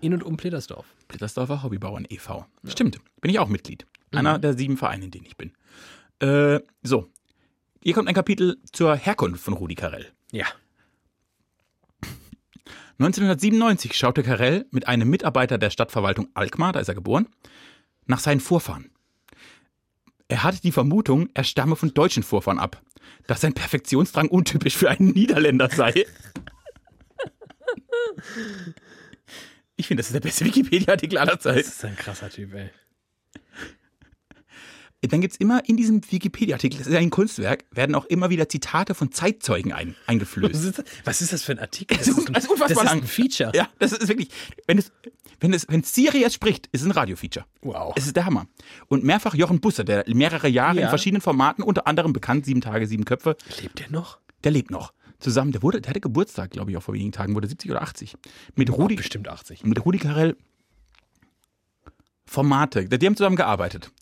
Speaker 3: in und um Plittersdorf.
Speaker 2: Blittersdorfer Hobbybauern e.V. Stimmt. Bin ich auch Mitglied. Einer der sieben Vereine, in denen ich bin. Äh, so. Hier kommt ein Kapitel zur Herkunft von Rudi Carell.
Speaker 3: Ja.
Speaker 2: 1997 schaute Carell mit einem Mitarbeiter der Stadtverwaltung Alkmaar, da ist er geboren, nach seinen Vorfahren. Er hatte die Vermutung, er stamme von deutschen Vorfahren ab, dass sein Perfektionsdrang untypisch für einen Niederländer sei. Ich finde, das ist der beste Wikipedia-Artikel aller Zeit.
Speaker 3: Das ist ein krasser Typ, ey.
Speaker 2: Dann gibt es immer in diesem Wikipedia-Artikel, das ist ja ein Kunstwerk, werden auch immer wieder Zitate von Zeitzeugen ein,
Speaker 3: Was
Speaker 2: eingeflößt.
Speaker 3: ist, was ist das für ein Artikel?
Speaker 2: Das ist- das ist
Speaker 3: das
Speaker 2: unfassbar
Speaker 3: ist
Speaker 2: lang.
Speaker 3: ein Feature.
Speaker 2: Ja, das ist wirklich, wenn es, wenn es, wenn Siri jetzt spricht, ist es ein Radio-Feature.
Speaker 3: Wow.
Speaker 2: Es ist der Hammer. Und mehrfach Jochen Busse, der mehrere Jahre
Speaker 3: Ja.
Speaker 2: in verschiedenen Formaten, unter anderem bekannt, sieben Tage, sieben Köpfe,
Speaker 3: Lebt der noch?
Speaker 2: der lebt noch. Zusammen, der wurde, der hatte Geburtstag, glaube ich, auch vor wenigen Tagen, wurde 70 oder 80. Mit Rudi,
Speaker 3: Bestimmt 80.
Speaker 2: mit Rudi Carell Formate. Die haben zusammen gearbeitet.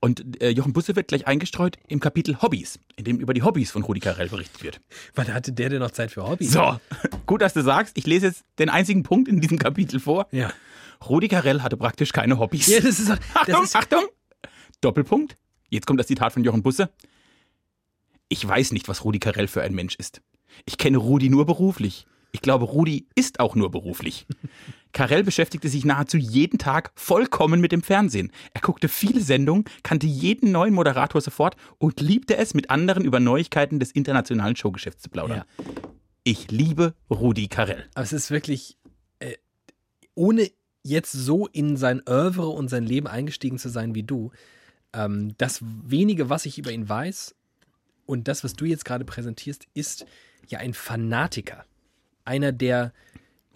Speaker 2: Und äh, Jochen Busse wird gleich eingestreut im Kapitel Hobbys, in dem über die Hobbys von Rudi Carell berichtet wird.
Speaker 3: Wann hatte der denn noch Zeit für Hobby?
Speaker 2: So, gut, dass du sagst. Ich lese jetzt den einzigen Punkt in diesem Kapitel vor.
Speaker 3: Ja.
Speaker 2: Rudi Carell hatte praktisch keine Hobbys.
Speaker 3: Ja, das ist, doch- das
Speaker 2: Achtung,
Speaker 3: ist
Speaker 2: Achtung! Doppelpunkt. Jetzt kommt das Zitat von Jochen Busse. Ich weiß nicht, was Rudi Carell für ein Mensch ist. Ich kenne Rudi nur beruflich. Ich glaube, Rudi ist auch nur beruflich. Carell beschäftigte sich nahezu jeden Tag vollkommen mit dem Fernsehen. Er guckte viele Sendungen, kannte jeden neuen Moderator sofort und liebte es, mit anderen über Neuigkeiten des internationalen Showgeschäfts zu plaudern. Ich liebe Rudi Carell.
Speaker 3: Aber es ist wirklich, äh, ohne jetzt so in sein Oeuvre und sein Leben eingestiegen zu sein wie du, ähm, das wenige, was ich über ihn weiß und das, was du jetzt gerade präsentierst, ist ja ein Fanatiker. Einer, der,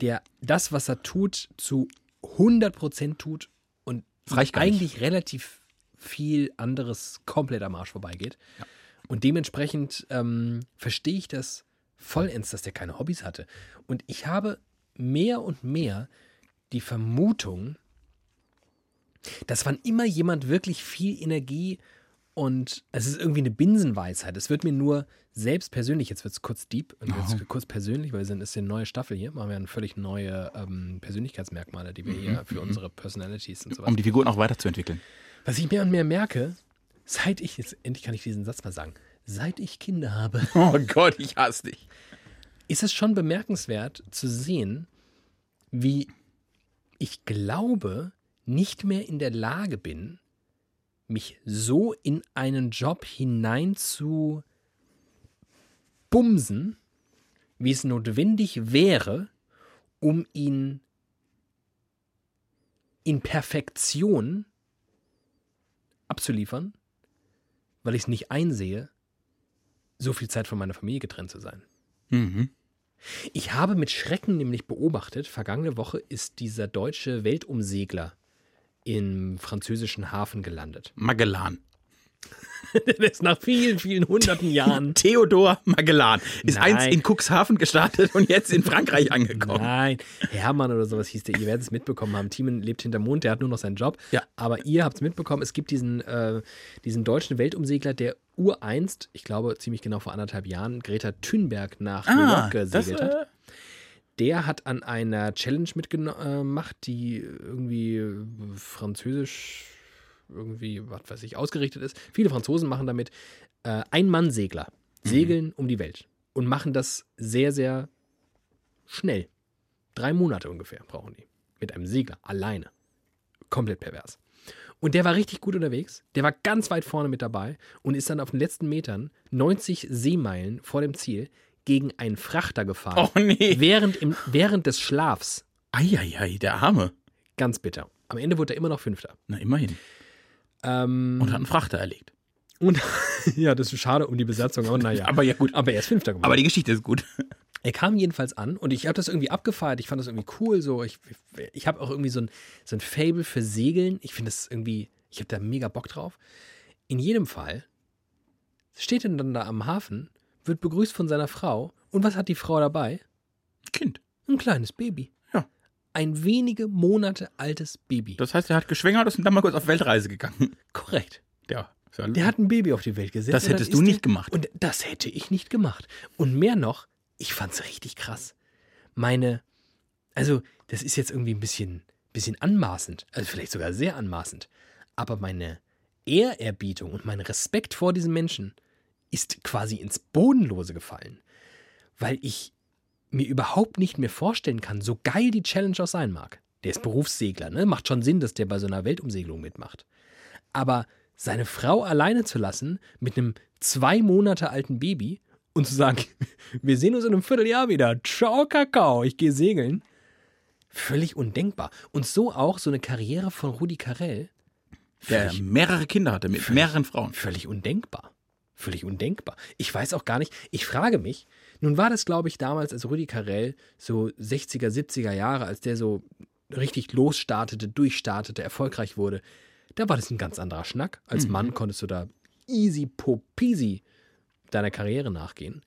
Speaker 3: der das, was er tut, zu 100% tut und
Speaker 2: Das reicht gar nicht.
Speaker 3: eigentlich relativ viel anderes komplett am Arsch vorbeigeht. Und dementsprechend ähm, verstehe ich das vollends, dass der keine Hobbys hatte. Und ich habe mehr und mehr die Vermutung, dass wann immer jemand wirklich viel Energie und es ist irgendwie eine Binsenweisheit. Es wird mir nur selbst persönlich, jetzt wird es kurz deep und jetzt kurz persönlich, weil wir sind, ist eine neue Staffel hier, machen wir eine völlig neue ähm, Persönlichkeitsmerkmale, die wir hier für unsere Personalities und so
Speaker 2: Mhm. Um die Figuren auch weiterzuentwickeln.
Speaker 3: was ich mehr und mehr merke, seit ich, jetzt endlich kann ich diesen Satz mal sagen, seit ich Kinder habe,
Speaker 2: Oh Gott, ich hasse dich.
Speaker 3: ist es schon bemerkenswert zu sehen, wie ich glaube, nicht mehr in der Lage bin, mich so in einen Job hinein zu bumsen, wie es notwendig wäre, um ihn in Perfektion abzuliefern, weil ich es nicht einsehe, so viel Zeit von meiner Familie getrennt zu sein.
Speaker 2: Mhm.
Speaker 3: Ich habe mit Schrecken nämlich beobachtet, vergangene Woche ist dieser deutsche Weltumsegler im französischen Hafen gelandet.
Speaker 2: Magellan.
Speaker 3: Der ist nach vielen, vielen hunderten Jahren.
Speaker 2: Theodor Magellan ist
Speaker 3: Nein.
Speaker 2: einst in Cuxhaven gestartet und jetzt in Frankreich angekommen.
Speaker 3: Nein, Hermann oder sowas hieß der. Ihr werdet es mitbekommen haben. Timon lebt hinterm Mond, der hat nur noch seinen Job.
Speaker 2: Ja.
Speaker 3: Aber ihr habt es mitbekommen, es gibt diesen, äh, diesen deutschen Weltumsegler, der ureinst, ich glaube ziemlich genau vor anderthalb Jahren, Greta Thunberg nach New York
Speaker 2: Ah, das,
Speaker 3: gesegelt hat.
Speaker 2: äh,
Speaker 3: Der hat an einer Challenge mitgemacht, die irgendwie äh, französisch irgendwie, was weiß ich, ausgerichtet ist. Viele Franzosen machen damit äh, Ein-Mann-Segler. Segeln um die Welt. Und machen das sehr, sehr schnell. Drei Monate ungefähr brauchen die. Mit einem Segler, alleine. Komplett pervers. Und der war richtig gut unterwegs. Der war ganz weit vorne mit dabei und ist dann auf den letzten Metern 90 Seemeilen vor dem Ziel gegen einen Frachter gefahren.
Speaker 2: Oh nee.
Speaker 3: Während, im, während des Schlafs.
Speaker 2: Eieiei, der Arme.
Speaker 3: Ganz bitter. Am Ende wurde er immer noch Fünfter.
Speaker 2: Na, immerhin.
Speaker 3: Ähm,
Speaker 2: Und hat einen Frachter erlegt.
Speaker 3: und ja, das ist schade um die Besatzung. Aber naja.
Speaker 2: Aber ja, gut.
Speaker 3: Aber er ist Fünfter geworden.
Speaker 2: Aber die Geschichte ist gut.
Speaker 3: Er kam jedenfalls an und ich habe das irgendwie abgefeiert. Ich fand das irgendwie cool. So. Ich, ich habe auch irgendwie so ein, so ein Fable für Segeln. Ich finde das irgendwie, ich habe da mega Bock drauf. In jedem Fall steht er dann da am Hafen, wird begrüßt von seiner Frau. Und was hat die Frau dabei?
Speaker 2: Kind.
Speaker 3: Ein kleines Baby.
Speaker 2: Ja.
Speaker 3: Ein wenige Monate altes Baby.
Speaker 2: Das heißt, er hat geschwängert und ist dann mal kurz auf Weltreise gegangen.
Speaker 3: korrekt.
Speaker 2: Ja. ist ja
Speaker 3: Der hat ein Baby auf die Welt gesetzt.
Speaker 2: Das
Speaker 3: und dann
Speaker 2: hättest
Speaker 3: ist
Speaker 2: du
Speaker 3: der-
Speaker 2: nicht gemacht.
Speaker 3: Und das hätte ich nicht gemacht. Und mehr noch, ich fand's richtig krass. Meine, also das ist jetzt irgendwie ein bisschen, bisschen anmaßend, also vielleicht sogar sehr anmaßend. Aber meine Ehrerbietung und mein Respekt vor diesem Menschen ist quasi ins Bodenlose gefallen, weil ich mir überhaupt nicht mehr vorstellen kann, so geil die Challenge auch sein mag. Der ist Berufssegler, ne? Macht schon Sinn, dass der bei so einer Weltumsegelung mitmacht. Aber seine Frau alleine zu lassen mit einem zwei Monate alten Baby und zu sagen, wir sehen uns in einem Vierteljahr wieder. Ciao, Kakao, ich gehe segeln. Völlig undenkbar. Und so auch so eine Karriere von Rudi Carell.
Speaker 2: der
Speaker 3: Völlig-
Speaker 2: mehrere Kinder hatte mit mehreren Frauen.
Speaker 3: Völlig undenkbar. Völlig undenkbar. Ich weiß auch gar nicht, ich frage mich, nun war das, glaube ich, damals, als Rüdi Carell so 60er, 70er Jahre, als der so richtig losstartete, durchstartete, erfolgreich wurde, da war das ein ganz anderer Schnack. Als Mann konntest du da easy popisi deiner Karriere nachgehen.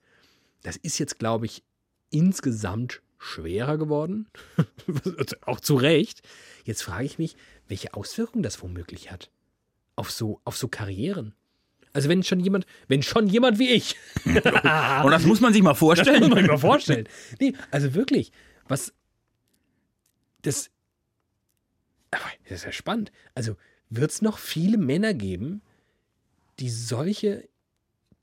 Speaker 3: Das ist jetzt, glaube ich, insgesamt schwerer geworden. auch zu Recht. Jetzt frage ich mich, welche Auswirkungen das womöglich hat auf so, auf so Karrieren. Also wenn schon jemand, wenn schon jemand wie ich,
Speaker 2: Und das muss man sich mal
Speaker 3: das muss
Speaker 2: vorstellen.
Speaker 3: man sich mal vorstellen. Nee, also wirklich, was das, aber das ist ja spannend. Also wird es noch viele Männer geben, die solche,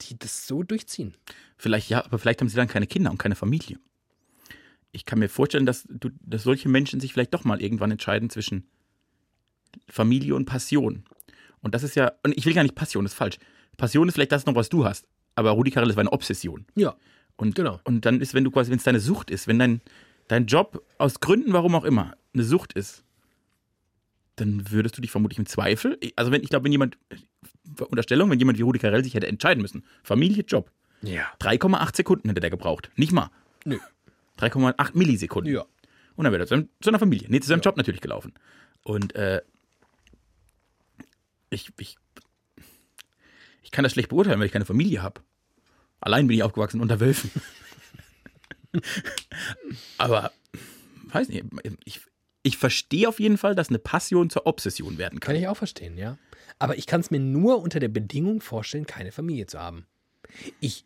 Speaker 3: die das so durchziehen.
Speaker 2: Vielleicht ja, aber vielleicht haben sie dann keine Kinder und keine Familie. Ich kann mir vorstellen, dass, du, dass solche Menschen sich vielleicht doch mal irgendwann entscheiden zwischen Familie und Passion. Und das ist ja, und ich will gar nicht Passion, ist falsch. Passion ist vielleicht das noch, was du hast. Aber Rudi Carell ist eine Obsession.
Speaker 3: Ja.
Speaker 2: Und,
Speaker 3: Genau.
Speaker 2: und dann ist, wenn du quasi, wenn es deine Sucht ist, wenn dein, dein Job aus Gründen, warum auch immer, eine Sucht ist, dann würdest du dich vermutlich im Zweifel, also wenn, ich glaube, wenn jemand, Unterstellung, wenn jemand wie Rudi Carell sich hätte entscheiden müssen, Familie, Job,
Speaker 3: Ja.
Speaker 2: 3,8 Sekunden hätte der gebraucht. Nicht mal.
Speaker 3: Nö.
Speaker 2: 3,8 Millisekunden.
Speaker 3: Ja.
Speaker 2: Und dann wäre er zu, seinem- zu seiner Familie. Nee, zu seinem Job natürlich gelaufen. Und äh, ich, ich, ich kann das schlecht beurteilen, weil ich keine Familie habe. Allein bin ich aufgewachsen unter Wölfen. Aber, weiß nicht, ich, ich verstehe auf jeden Fall, dass eine Passion zur Obsession werden kann.
Speaker 3: Kann ich auch verstehen, ja. Aber ich kann es mir nur unter der Bedingung vorstellen, keine Familie zu haben. Ich,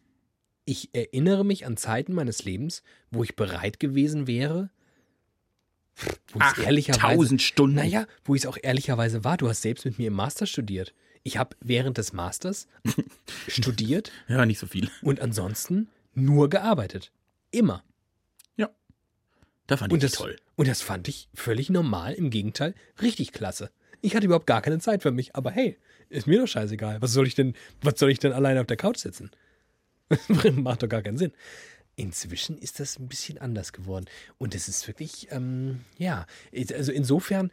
Speaker 3: ich erinnere mich an Zeiten meines Lebens, wo ich bereit gewesen wäre, wo ich's ehrlicherweise-
Speaker 2: 8000 Stunden.
Speaker 3: Naja, wo ich es auch ehrlicherweise war. Du hast selbst mit mir im Master studiert. Ich habe während des Masters studiert
Speaker 2: Ja, nicht so viel.
Speaker 3: und ansonsten nur gearbeitet. Immer.
Speaker 2: Da fand ich
Speaker 3: Und das,
Speaker 2: das toll.
Speaker 3: und das fand ich völlig normal, im Gegenteil, richtig klasse. Ich hatte überhaupt gar keine Zeit für mich, aber hey, ist mir doch scheißegal. Was soll ich denn, was soll ich denn alleine auf der Couch sitzen? Macht doch gar keinen Sinn. Inzwischen ist das ein bisschen anders geworden. Und es ist wirklich, ähm, ja, also insofern,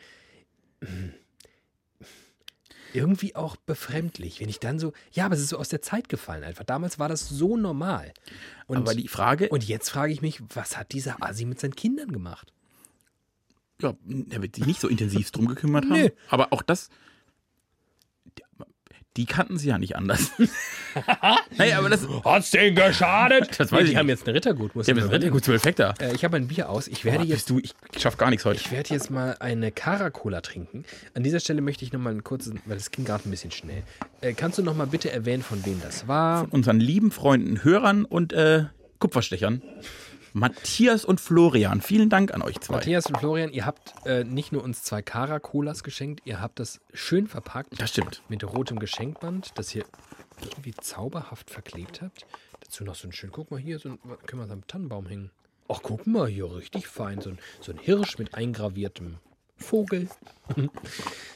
Speaker 3: irgendwie auch befremdlich, wenn ich dann so, ja, aber es ist so aus der Zeit gefallen einfach. Damals war das so normal. Und,
Speaker 2: Aber die Frage,
Speaker 3: und jetzt frage ich mich, was hat dieser Asi mit seinen Kindern gemacht?
Speaker 2: ja, der wird sich nicht so intensiv drum gekümmert haben.
Speaker 3: Nö.
Speaker 2: Aber auch das, die kannten sie ja nicht anders. naja, aber das,
Speaker 3: Hat's denen geschadet?
Speaker 2: Das weiß
Speaker 3: Das weiß
Speaker 2: ich
Speaker 3: die haben
Speaker 2: nicht.
Speaker 3: jetzt eine Rittergutmuster.
Speaker 2: der wird gut 12 Hektar.
Speaker 3: Äh, ich habe ein Bier aus. Ich werde
Speaker 2: Boah,
Speaker 3: jetzt
Speaker 2: bist du, ich schaff gar nichts heute.
Speaker 3: Ich werde jetzt mal eine Caracola trinken. An dieser Stelle möchte ich nochmal einen kurzen, weil das ging gerade ein bisschen schnell. Äh, kannst du nochmal bitte erwähnen, von wem das war?
Speaker 2: unseren lieben Freunden, Hörern und äh, Kupferstechern. Matthias und Florian, vielen Dank an euch zwei.
Speaker 3: Matthias und Florian, ihr habt äh, nicht nur uns zwei Caracolas geschenkt, ihr habt das schön verpackt
Speaker 2: Das stimmt.
Speaker 3: mit rotem Geschenkband, das ihr irgendwie zauberhaft verklebt habt. Dazu noch so ein schön, guck mal hier, so ein, können wir es am Tannenbaum hängen. Ach, guck mal hier, richtig fein, so ein, so ein Hirsch mit eingraviertem Vogel.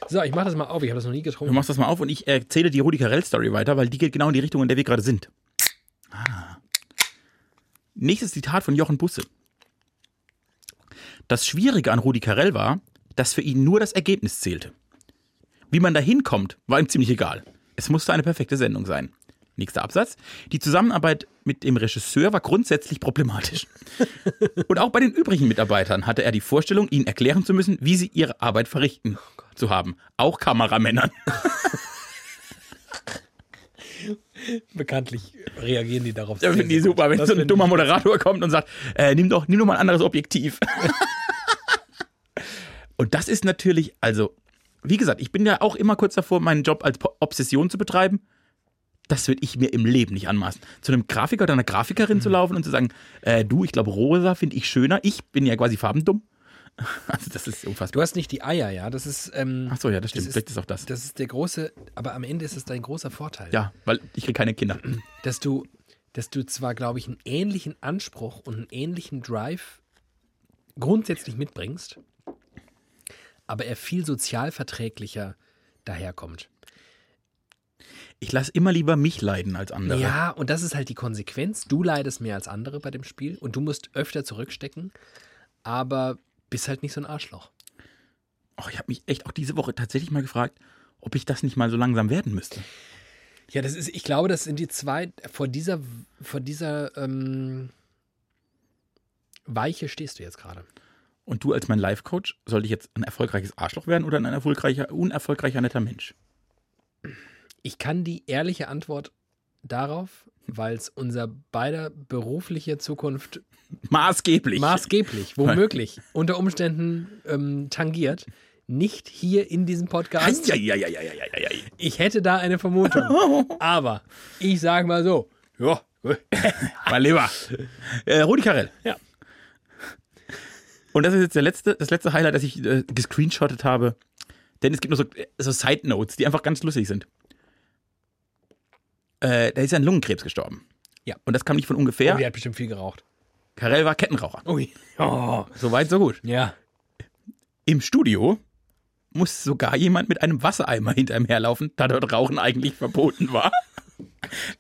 Speaker 3: so, ich mache das mal auf, ich habe das noch nie
Speaker 2: Du
Speaker 3: getrunken.
Speaker 2: machst das mal auf und ich erzähle die Rudi Carell-Story weiter, weil die geht genau in die Richtung, in der wir gerade sind. Ah. Nächstes Zitat von Jochen Busse. Das Schwierige an Rudi Carell war, dass für ihn nur das Ergebnis zählte. Wie man da hinkommt, war ihm ziemlich egal. Es musste eine perfekte Sendung sein. Nächster Absatz. Die Zusammenarbeit mit dem Regisseur war grundsätzlich problematisch. Und auch bei den übrigen Mitarbeitern hatte er die Vorstellung, ihnen erklären zu müssen, wie sie ihre Arbeit verrichten zu haben. Auch Kameramännern.
Speaker 3: Bekanntlich reagieren die darauf.
Speaker 2: Da
Speaker 3: sehr,
Speaker 2: finde
Speaker 3: sehr
Speaker 2: ich
Speaker 3: gut.
Speaker 2: super, wenn
Speaker 3: Das
Speaker 2: so ein
Speaker 3: finden
Speaker 2: dummer Moderator kommt und sagt, äh, nimm doch, nimm doch mal ein anderes Objektiv. und das ist natürlich, also, wie gesagt, ich bin ja auch immer kurz davor, meinen Job als Po- Obsession zu betreiben. Das würde ich mir im Leben nicht anmaßen. Zu einem Grafiker oder einer Grafikerin
Speaker 3: Mhm.
Speaker 2: zu laufen und zu sagen, äh, du, ich glaube, rosa finde ich schöner. Ich bin ja quasi farbendumm. Also, das ist
Speaker 3: Du
Speaker 2: unfassbar.
Speaker 3: hast nicht die Eier, ja. Das ist. Ähm,
Speaker 2: Ach so, ja, das stimmt. Vielleicht ist auch das.
Speaker 3: Das ist der große, aber am Ende ist es dein großer Vorteil.
Speaker 2: Ja, weil ich kriege keine Kinder.
Speaker 3: Dass du, dass du zwar, glaube ich, einen ähnlichen Anspruch und einen ähnlichen Drive grundsätzlich mitbringst, aber er viel sozialverträglicher daherkommt.
Speaker 2: Ich lasse immer lieber mich leiden als andere.
Speaker 3: Ja, und das ist halt die Konsequenz. Du leidest mehr als andere bei dem Spiel und du musst öfter zurückstecken, aber bist halt nicht so ein Arschloch.
Speaker 2: Och, Oh, ich habe mich echt auch diese Woche tatsächlich mal gefragt, ob ich das nicht mal so langsam werden müsste.
Speaker 3: Ja, das ist, ich glaube, das sind die zwei, vor dieser, vor dieser ähm, Weiche stehst du jetzt gerade.
Speaker 2: Und du als mein Life-Coach, sollte ich jetzt ein erfolgreiches Arschloch werden oder ein erfolgreicher, unerfolgreicher netter Mensch?
Speaker 3: Ich kann die ehrliche Antwort darauf, weil es unser beider berufliche Zukunft
Speaker 2: Maßgeblich.
Speaker 3: maßgeblich, womöglich, unter Umständen ähm, tangiert, nicht hier in diesem Podcast.
Speaker 2: Eieieiei.
Speaker 3: Ich hätte da eine Vermutung. Aber ich sage mal so, ja,
Speaker 2: Mein Lieber. Äh, Rudi Karel.
Speaker 3: Ja.
Speaker 2: Und das ist jetzt der letzte, das letzte Highlight, das ich äh, gescreenshottet habe. Denn es gibt noch so, äh, so Side-Notes, die einfach ganz lustig sind. Äh, da ist an Lungenkrebs gestorben.
Speaker 3: Ja.
Speaker 2: Und das kam nicht von ungefähr.
Speaker 3: oh, die hat bestimmt viel geraucht.
Speaker 2: Karel war Kettenraucher.
Speaker 3: Ui. Oh.
Speaker 2: Soweit, so gut.
Speaker 3: Ja.
Speaker 2: Im Studio muss sogar jemand mit einem Wassereimer hinter ihm herlaufen, da dort Rauchen eigentlich verboten war.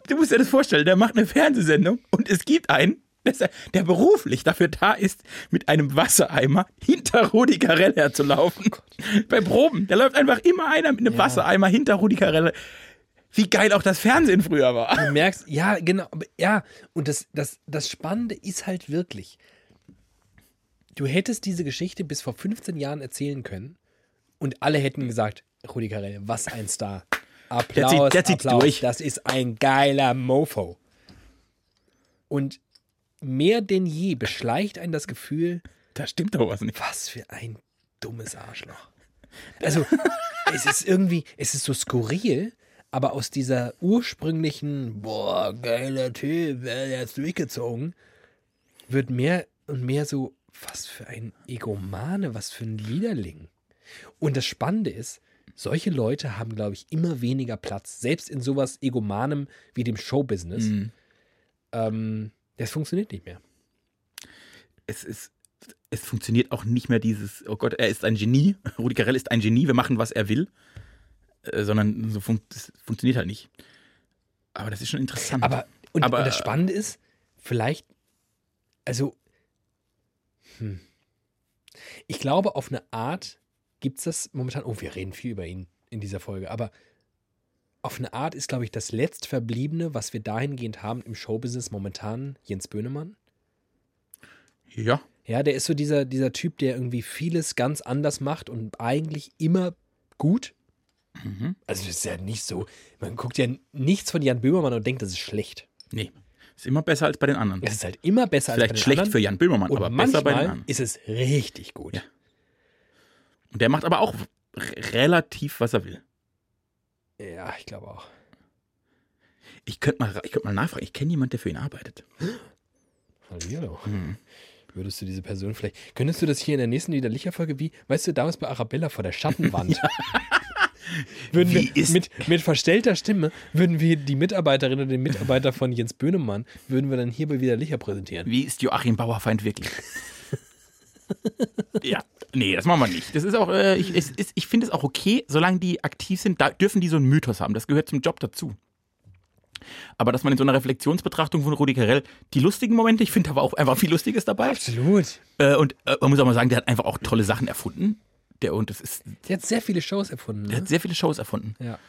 Speaker 2: Du musst dir das vorstellen, der macht eine Fernsehsendung und es gibt einen, der ist- der beruflich dafür da ist, mit einem Wassereimer hinter Rudi Carell herzulaufen. Bei Proben, da läuft einfach immer einer mit einem Wassereimer hinter Rudi Carell. Wie geil auch das Fernsehen früher war.
Speaker 3: Du merkst, ja, genau, aber- ja, und das, das, das Spannende ist halt wirklich, du hättest diese Geschichte bis vor 15 Jahren erzählen können und alle hätten gesagt, Rudi Carell, was ein Star. Applaus,
Speaker 2: Der zieht- der zieht
Speaker 3: Applaus,
Speaker 2: durch.
Speaker 3: das ist ein geiler Mofo. Und mehr denn je beschleicht einen das Gefühl,
Speaker 2: Da stimmt doch was nicht.
Speaker 3: was für ein dummes Arschloch. Also, es ist irgendwie, es ist so skurril, aber aus dieser ursprünglichen, boah, geiler Typ, äh, der ist durchgezogen, wird mehr und mehr so, was für ein Egomane, was für ein Liederling. Und das Spannende ist, solche Leute haben, glaube ich, immer weniger Platz, selbst in sowas Egomanem wie dem Showbusiness.
Speaker 2: Mhm.
Speaker 3: Ähm, das funktioniert nicht mehr.
Speaker 2: es ist, es funktioniert auch nicht mehr dieses, oh Gott, er ist ein Genie, Rudi Carell ist ein Genie, wir machen, was er will, äh, sondern so fun das funktioniert halt nicht. Aber das ist schon interessant.
Speaker 3: Aber und,
Speaker 2: Mhm. Aber-
Speaker 3: und das Spannende ist, vielleicht, also, hm. ich glaube, auf eine Art gibt es das momentan, oh, wir reden viel über ihn in dieser Folge, aber auf eine Art ist, glaube ich, das letztverbliebene, was wir dahingehend haben im Showbusiness momentan, Jens Böhnemann.
Speaker 2: Ja.
Speaker 3: Ja, der ist so dieser, dieser Typ, der irgendwie vieles ganz anders macht und eigentlich immer gut.
Speaker 2: Mhm.
Speaker 3: Also das ist ja nicht so, man guckt ja nichts von Jan Böhmermann und denkt, das ist schlecht.
Speaker 2: Nee. Ist immer besser als bei den anderen.
Speaker 3: Es ist halt immer besser als bei
Speaker 2: Mhm. Vielleicht
Speaker 3: den
Speaker 2: schlecht
Speaker 3: anderen.
Speaker 2: für Jan Böhmermann,
Speaker 3: und
Speaker 2: aber besser
Speaker 3: manchmal
Speaker 2: bei den anderen.
Speaker 3: ist es richtig gut.
Speaker 2: Ja. Und der macht aber auch r- relativ, was er will.
Speaker 3: ja ich glaube auch.
Speaker 2: Ich könnte mal, ich könnt mal nachfragen. Ich kenne jemanden, der für ihn arbeitet.
Speaker 3: Hallo.
Speaker 2: Mhm.
Speaker 3: Würdest du diese Person vielleicht. Könntest du das hier in der nächsten Liederlicher-Folge wie, weißt du, damals bei Arabella vor der Schattenwand? würden
Speaker 2: Wie
Speaker 3: wir
Speaker 2: ist-
Speaker 3: mit, mit verstellter Stimme würden wir die Mitarbeiterin oder den Mitarbeiter von Jens Böhnemann, würden wir dann hier bei Widerlicher präsentieren.
Speaker 2: Wie ist Joachim Bauerfeind wirklich? ja, nee, das machen wir nicht. Das ist auch, äh, ich, es ist, ich finde es auch okay, solange die aktiv sind, da dürfen die so einen Mythos haben. Das gehört zum Job dazu. Aber dass man in so einer Reflexionsbetrachtung von Rudi Carell die lustigen Momente, ich finde, da war auch einfach viel Lustiges dabei.
Speaker 3: Absolut.
Speaker 2: Äh, und äh, man muss auch mal sagen, der hat einfach auch tolle Sachen erfunden. Der, und das ist,
Speaker 3: Der hat sehr viele Shows erfunden.
Speaker 2: der
Speaker 3: Ne?
Speaker 2: hat sehr viele Shows erfunden.
Speaker 3: Ja.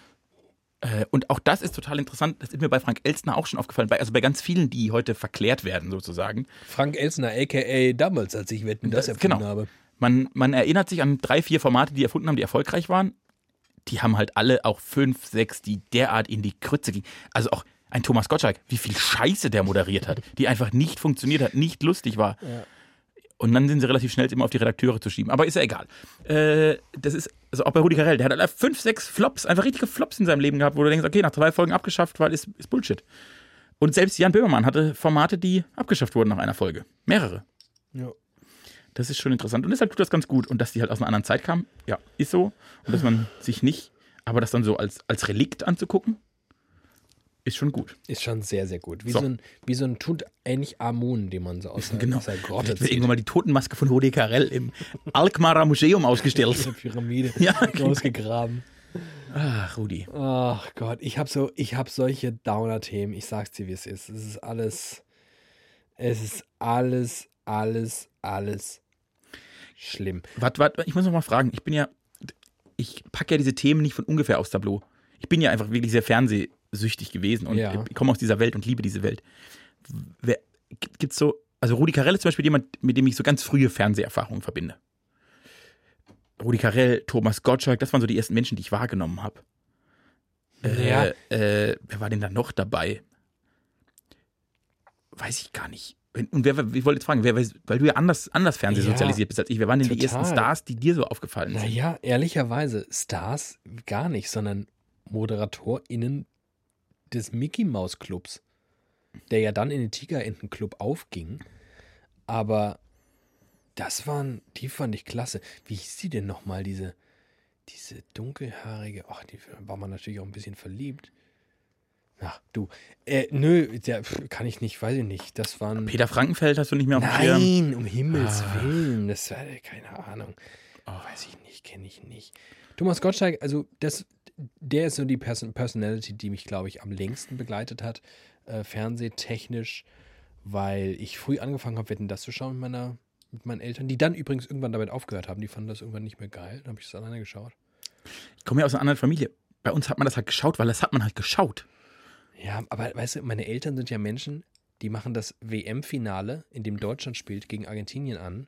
Speaker 2: Äh, und auch das ist total interessant. Das ist mir bei Frank Elstner auch schon aufgefallen. Bei, also bei ganz vielen, die heute verklärt werden, sozusagen.
Speaker 3: Frank Elsner, a.k.a. damals, als ich Wetten, das
Speaker 2: Das-
Speaker 3: erfunden
Speaker 2: genau.
Speaker 3: habe.
Speaker 2: Man, man erinnert sich an drei, vier Formate, die erfunden haben, die erfolgreich waren. Die haben halt alle auch fünf, sechs, die derart in die Krütze gingen. Also auch ein Thomas Gottschalk, wie viel Scheiße der moderiert hat, die einfach nicht funktioniert hat, nicht lustig war. Und dann sind sie relativ schnell immer auf die Redakteure zu schieben. Aber ist ja egal. Äh, das ist, also auch bei Rudi Carell, der hat alle fünf, sechs Flops, einfach richtige Flops in seinem Leben gehabt, wo du denkst, okay, nach drei Folgen abgeschafft, weil ist, ist Bullshit. Und selbst Jan Böhmermann hatte Formate, die abgeschafft wurden nach einer Folge. Mehrere.
Speaker 3: Ja.
Speaker 2: Das ist schon interessant. Und deshalb tut das ganz gut. Und dass die halt aus einer anderen Zeit kamen, ja, ist so. Und dass man sich nicht, aber das dann so als, als Relikt anzugucken, ist schon gut.
Speaker 3: Ist schon sehr, sehr gut. Wie so,
Speaker 2: So.
Speaker 3: ein, wie so ein Tut ähnlich Amun, den man so aus, der- aus der Grotte
Speaker 2: Vielleicht wird
Speaker 3: zieht.
Speaker 2: irgendwann mal die Totenmaske von Rudi Carell im Alkmarer Museum
Speaker 3: Aus
Speaker 2: ausgestellt.
Speaker 3: der Pyramide
Speaker 2: Ja,
Speaker 3: ausgegraben.
Speaker 2: Ach, Ah, Rudi.
Speaker 3: Ach Gott, ich habe so, ich habe solche Downer-Themen. Ich sag's dir, wie es ist. Es ist alles, es ist alles, alles, alles schlimm.
Speaker 2: Warte, warte, ich muss noch mal fragen. Ich bin ja, ich packe ja diese Themen nicht von ungefähr aufs Tableau. Ich bin ja einfach wirklich sehr fernsehsüchtig gewesen und
Speaker 3: Ja.
Speaker 2: ich komme aus dieser Welt und liebe diese Welt. Wer, gibt's so, also Rudi Carell ist zum Beispiel jemand, mit dem ich so ganz frühe Fernseherfahrungen verbinde. Rudi Carell, Thomas Gottschalk, das waren so die ersten Menschen, die ich wahrgenommen habe.
Speaker 3: Ja.
Speaker 2: Äh, äh, wer war denn da noch dabei? Weiß ich gar nicht. Wenn- Und wer, ich wollte jetzt fragen, wer, weil du ja anders, anders Fernseh
Speaker 3: Ja.
Speaker 2: sozialisiert bist als ich. Wer waren denn die
Speaker 3: Total.
Speaker 2: ersten Stars, die dir so aufgefallen sind?
Speaker 3: Naja, ehrlicherweise, Stars gar nicht, sondern ModeratorInnen des Mickey Mouse Clubs, der ja dann in den Tigerenten Club aufging. Aber das waren, die fand ich klasse. Wie hieß die denn nochmal, diese, diese dunkelhaarige? Ach, die war man natürlich auch ein bisschen verliebt. Ach, du. Äh, nö, der, pf, kann ich nicht, weiß ich nicht. Das waren.
Speaker 2: Peter Frankenfeld hast du nicht mehr auf dem Schirm.
Speaker 3: Nein, um Himmels
Speaker 2: Ah.
Speaker 3: Willen. Das war äh, keine Ahnung. Weiß ich nicht, kenne ich nicht. Thomas Gottschalk, also das, der ist so die Person Personality, die mich, glaube ich, am längsten begleitet hat, äh, fernsehtechnisch, weil ich früh angefangen habe, Wetten, das zu schauen mit, meiner, mit meinen Eltern, die dann übrigens irgendwann damit aufgehört haben. Die fanden das irgendwann nicht mehr geil. Dann habe ich das alleine geschaut.
Speaker 2: Ich komme ja aus einer anderen Familie. Bei uns hat man das halt geschaut, weil das hat man halt geschaut.
Speaker 3: Ja, aber weißt du, meine Eltern sind ja Menschen, die machen das WM-Finale, in dem Deutschland spielt, gegen Argentinien an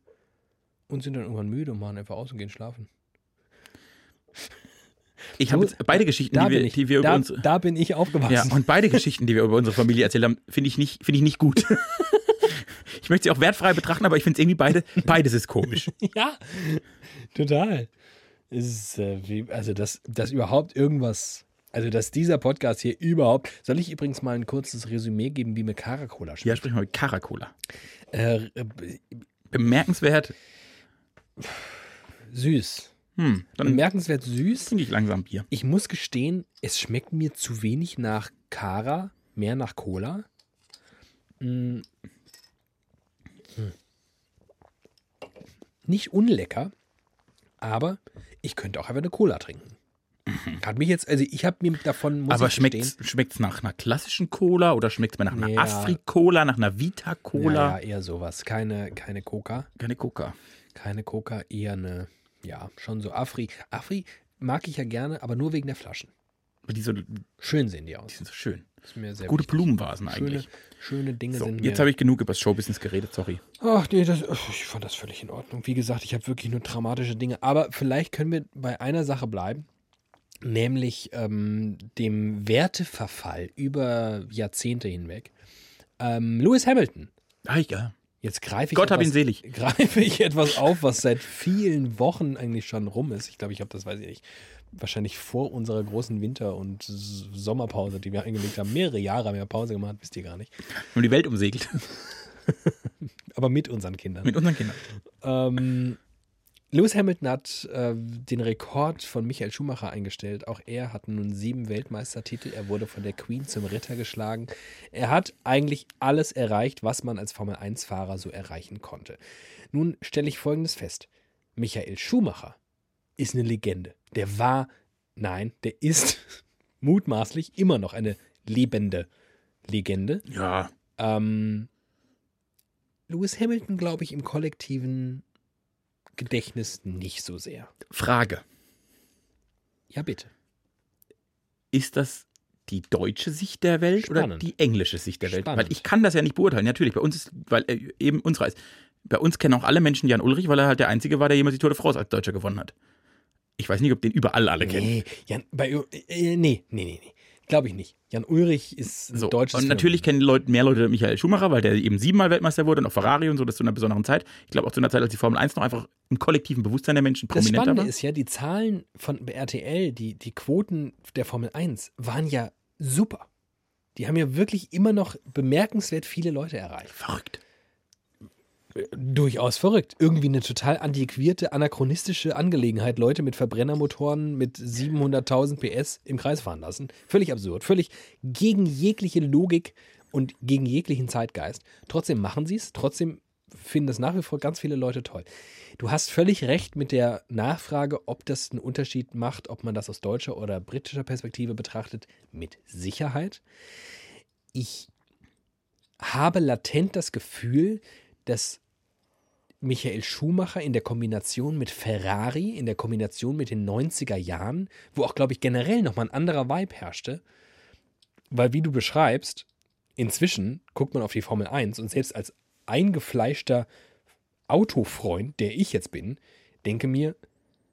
Speaker 3: und sind dann irgendwann müde und machen einfach aus und gehen schlafen.
Speaker 2: Ich
Speaker 3: So,
Speaker 2: habe jetzt beide Geschichten,
Speaker 3: Da
Speaker 2: die
Speaker 3: bin
Speaker 2: wir,
Speaker 3: ich,
Speaker 2: die wir über
Speaker 3: da,
Speaker 2: uns.
Speaker 3: da bin ich
Speaker 2: Ja,
Speaker 3: aufgewachsen.
Speaker 2: und beide Geschichten, die wir über unsere Familie erzählt haben, finde ich nicht, finde ich nicht gut. Ich möchte sie auch wertfrei betrachten, aber ich finde es irgendwie beide, beides ist komisch.
Speaker 3: Ja, total. Es ist, äh, wie, also, dass, dass überhaupt irgendwas, also, dass dieser Podcast hier überhaupt, soll ich übrigens mal ein kurzes Resümee geben, wie mir Caracola
Speaker 2: Ja,
Speaker 3: schmeckt?
Speaker 2: sprich mal mit Caracola.
Speaker 3: Äh, äh,
Speaker 2: Bemerkenswert,
Speaker 3: süß.
Speaker 2: hm, dann
Speaker 3: Bemerkenswert süß.
Speaker 2: trinke ich langsam Bier.
Speaker 3: Ich muss gestehen, es schmeckt mir zu wenig nach Cara, mehr nach Cola. Mm. Hm. Nicht unlecker, aber ich könnte auch einfach eine Cola trinken. Hat mich jetzt, also ich habe mir davon, muss
Speaker 2: Aber
Speaker 3: ich
Speaker 2: schmeckt
Speaker 3: gestehen-
Speaker 2: es nach einer klassischen Cola oder schmeckt es mir nach einer
Speaker 3: Ja.
Speaker 2: Afri-Cola, nach einer Vita-Cola?
Speaker 3: Ja, ja, eher sowas. Keine, keine Coca,
Speaker 2: Keine Coca.
Speaker 3: keine Coca, eher eine Ja, schon so. Afri. Afri mag ich ja gerne, aber nur wegen der Flaschen.
Speaker 2: Aber Die, so, die
Speaker 3: Schön sehen die aus.
Speaker 2: sind so schön.
Speaker 3: Ist mir sehr
Speaker 2: Gute
Speaker 3: wichtig.
Speaker 2: Blumenvasen
Speaker 3: Schöne,
Speaker 2: eigentlich.
Speaker 3: schöne Dinge
Speaker 2: So,
Speaker 3: sind
Speaker 2: jetzt
Speaker 3: mir.
Speaker 2: habe ich genug über das Showbusiness geredet, sorry.
Speaker 3: Ach nee, das, ich fand das völlig in Ordnung. Wie gesagt, ich habe wirklich nur dramatische Dinge. Aber vielleicht können wir bei einer Sache bleiben, nämlich ähm, dem Werteverfall über Jahrzehnte hinweg. Ähm, Lewis Hamilton.
Speaker 2: Ah, ja.
Speaker 3: Jetzt greife ich,
Speaker 2: Gott hab
Speaker 3: etwas-
Speaker 2: ihn selig.
Speaker 3: greife ich etwas auf, was seit vielen Wochen eigentlich schon rum ist. Ich glaube, ich habe das, weiß ich nicht, wahrscheinlich vor unserer großen Winter- und S- Sommerpause, die wir eingelegt haben. Mehrere Jahre haben wir Pause gemacht, wisst ihr gar nicht.
Speaker 2: Haben die Welt umsegelt
Speaker 3: Aber mit unseren Kindern.
Speaker 2: mit unseren Kindern.
Speaker 3: Ähm, Lewis Hamilton hat äh, den Rekord von Michael Schumacher eingestellt. Auch er hat nun sieben Weltmeistertitel. Er wurde von der Queen zum Ritter geschlagen. Er hat eigentlich alles erreicht, was man als Formel-1-Fahrer so erreichen konnte. Nun stelle ich Folgendes fest. Michael Schumacher ist eine Legende. Der war, nein, der ist mutmaßlich immer noch eine lebende Legende.
Speaker 2: Ja.
Speaker 3: Ähm, Lewis Hamilton, glaube ich, im kollektiven Gedächtnis nicht so sehr.
Speaker 2: Frage:
Speaker 3: Ja, bitte.
Speaker 2: Ist das die deutsche Sicht der Welt oder
Speaker 3: Spannend.
Speaker 2: die englische Sicht der Welt?
Speaker 3: Spannend.
Speaker 2: Weil ich kann das ja nicht beurteilen. Natürlich, bei uns ist, weil er eben unserer ist. Bei uns kennen auch alle Menschen Jan Ulrich, weil er halt der Einzige war, der jemals die Tour de France als Deutscher gewonnen hat. Ich weiß nicht, ob den überall alle kennen.
Speaker 3: Nee, Jan, bei, äh, nee, nee, nee, nee. Glaube ich nicht. Jan Ulrich ist ein
Speaker 2: So.
Speaker 3: deutsches
Speaker 2: und natürlich kennen Leute, mehr Leute Michael Schumacher, weil der eben siebenmal Weltmeister wurde und auch Ferrari und so, das zu einer besonderen Zeit. Ich glaube auch zu einer Zeit, als die Formel 1 noch einfach im kollektiven Bewusstsein der Menschen
Speaker 3: Das
Speaker 2: prominenter ne?
Speaker 3: Spannende
Speaker 2: war.
Speaker 3: ist ja, die Zahlen von RTL, die, die Quoten der Formel 1 waren ja super. Die haben ja wirklich immer noch bemerkenswert viele Leute erreicht.
Speaker 2: Verrückt.
Speaker 3: Durchaus verrückt. Irgendwie eine total antiquierte, anachronistische Angelegenheit, Leute mit Verbrennermotoren mit 700.000 PS im Kreis fahren lassen. Völlig absurd, völlig gegen jegliche Logik und gegen jeglichen Zeitgeist. Trotzdem machen sie es, trotzdem finden das nach wie vor ganz viele Leute toll. Du hast völlig recht mit der Nachfrage, ob das einen Unterschied macht, ob man das aus deutscher oder britischer Perspektive betrachtet. Mit Sicherheit. Ich habe latent das Gefühl, dass Michael Schumacher in der Kombination mit Ferrari, in der Kombination mit den 90er Jahren, wo auch, glaube ich, generell nochmal ein anderer Vibe herrschte. Weil, wie du beschreibst, inzwischen guckt man auf die Formel 1 und selbst als eingefleischter Autofreund, der ich jetzt bin, denke mir,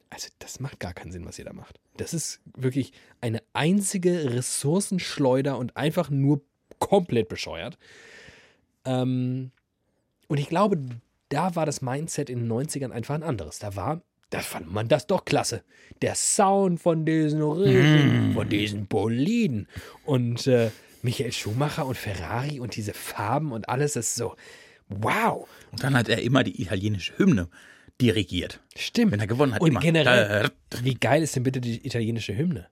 Speaker 3: also das macht gar keinen Sinn, was ihr da macht. Das ist wirklich eine einzige Ressourcenschleuder und einfach nur komplett bescheuert. Ähm, und ich glaube, da war das Mindset in den 90ern einfach ein anderes. Da war, da fand man das doch klasse. Der Sound von diesen
Speaker 2: Hm.
Speaker 3: Röhren, von diesen Boliden und äh, Michael Schumacher und Ferrari und diese Farben und alles das ist so, wow.
Speaker 2: Und dann hat er immer die italienische Hymne dirigiert.
Speaker 3: Stimmt.
Speaker 2: Wenn er gewonnen hat,
Speaker 3: Und
Speaker 2: immer.
Speaker 3: generell,
Speaker 2: Da-
Speaker 3: wie geil ist denn bitte die italienische Hymne?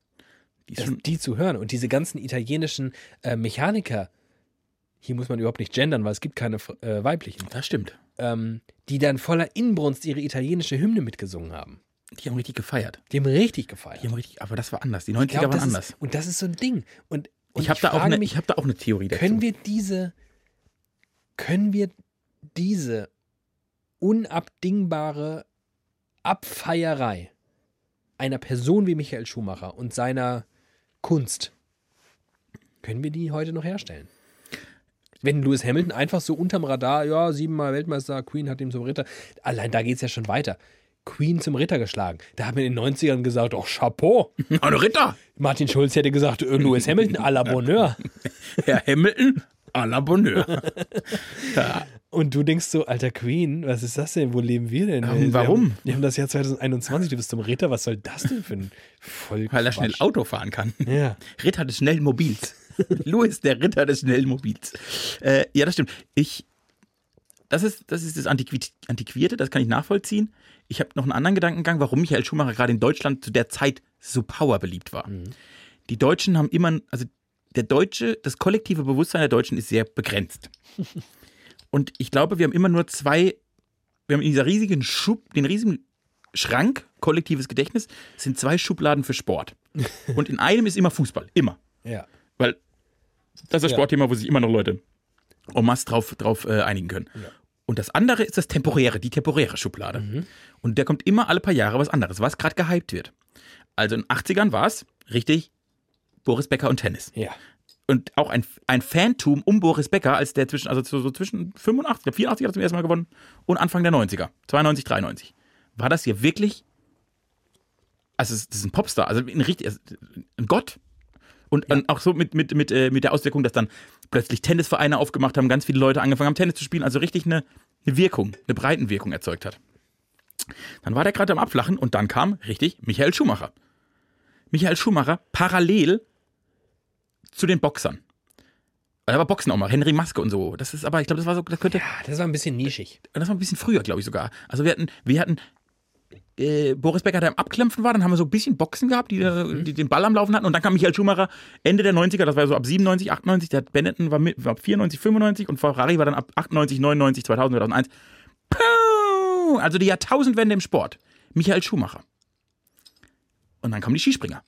Speaker 2: Die ist
Speaker 3: Das,
Speaker 2: schon,
Speaker 3: die zu hören und diese ganzen italienischen äh, Mechaniker, hier muss man überhaupt nicht gendern, weil es gibt keine fr- äh, weiblichen,
Speaker 2: das stimmt.
Speaker 3: ähm, die dann voller Inbrunst ihre italienische Hymne mitgesungen haben.
Speaker 2: Die haben richtig gefeiert.
Speaker 3: Die haben richtig gefeiert.
Speaker 2: Die haben richtig, aber das war anders. Die
Speaker 3: Ich
Speaker 2: 90er
Speaker 3: glaub,
Speaker 2: waren
Speaker 3: das ist-
Speaker 2: anders.
Speaker 3: Und das ist so ein Ding. Und, und
Speaker 2: ich habe da, auch
Speaker 3: frage
Speaker 2: eine-
Speaker 3: mich,
Speaker 2: ich hab da auch eine Theorie dazu.
Speaker 3: können wir diese, können wir diese unabdingbare Abfeierei einer Person wie Michael Schumacher und seiner Kunst, können wir die heute noch herstellen? Wenn Lewis Hamilton einfach so unterm Radar, ja, siebenmal Weltmeister, Queen hat ihn zum Ritter, allein da geht es ja schon weiter. Queen zum Ritter geschlagen. Da haben wir in den 90ern gesagt, oh, Chapeau.
Speaker 2: Hallo Ritter!
Speaker 3: Martin Schulz hätte gesagt, äh, Lewis Hamilton à la Bonheur.
Speaker 2: Herr Hamilton, à la Bonheur.
Speaker 3: Und du denkst so, alter Queen, was ist das denn? Wo leben wir denn?
Speaker 2: Ähm,
Speaker 3: Wir
Speaker 2: warum?
Speaker 3: Haben, wir haben das Jahr 2021, du bist zum Ritter, was soll das denn für ein Volk?
Speaker 2: Weil er schnell Auto fahren kann.
Speaker 3: Ja.
Speaker 2: Ritter des schnellen Mobils. Louis, der Ritter des schnellen Mobils. Äh, ja, das stimmt. Ich, das ist das, ist das Antiqui- Antiquierte, das kann ich nachvollziehen. Ich habe noch einen anderen Gedankengang, warum Michael Schumacher gerade in Deutschland zu der Zeit so power beliebt war. Die Deutschen haben immer, also der Deutsche, das kollektive Bewusstsein der Deutschen ist sehr begrenzt. Und ich glaube, wir haben immer nur zwei, wir haben in dieser riesigen Schub, den riesigen Schrank, kollektives Gedächtnis, sind zwei Schubladen für Sport. Und in einem ist immer Fußball, immer.
Speaker 3: Ja.
Speaker 2: Weil das ist das
Speaker 3: Ja.
Speaker 2: Sportthema, wo sich immer noch Leute en masse drauf, drauf äh, einigen können. Und das andere ist das temporäre, die temporäre Schublade. Und der kommt immer alle paar Jahre was anderes, was gerade gehypt wird. Also in den 80ern war es richtig Boris Becker und Tennis.
Speaker 3: Ja.
Speaker 2: Und auch ein, ein Fantum um Boris Becker, als der zwischen, also so, so zwischen 85, 84 hat er zum ersten Mal gewonnen und Anfang der 90er, 92, 93. War das hier wirklich, also es- das ist ein Popstar, also ein richtig, also ein Gott. Und, und auch so mit, mit, mit, äh, mit der Auswirkung, dass dann plötzlich Tennisvereine aufgemacht haben, ganz viele Leute angefangen haben, Tennis zu spielen, also richtig eine, eine Wirkung, eine Breitenwirkung erzeugt hat. Dann war der gerade am Abflachen und dann kam, richtig, Michael Schumacher. Michael Schumacher parallel zu den Boxern. Da war Boxen auch mal, Henry Maske und so. Das ist aber, ich glaube, das war so, das könnte,
Speaker 3: Ah, das war ein bisschen nischig.
Speaker 2: das war ein bisschen früher, glaube ich sogar. Also wir hatten, wir hatten, äh, Boris Becker, der am Abklempfen war, dann haben wir so ein bisschen Boxen gehabt, die, da- die den Ball am Laufen hatten und dann kam Michael Schumacher Ende der 90er, das war so ab 97, 98, der Benetton war, mit, war ab 94, 95 und Ferrari war dann ab 98, 99, 2000, 2001. Puh! Also die Jahrtausendwende im Sport. Michael Schumacher. Und dann kamen die Skispringer.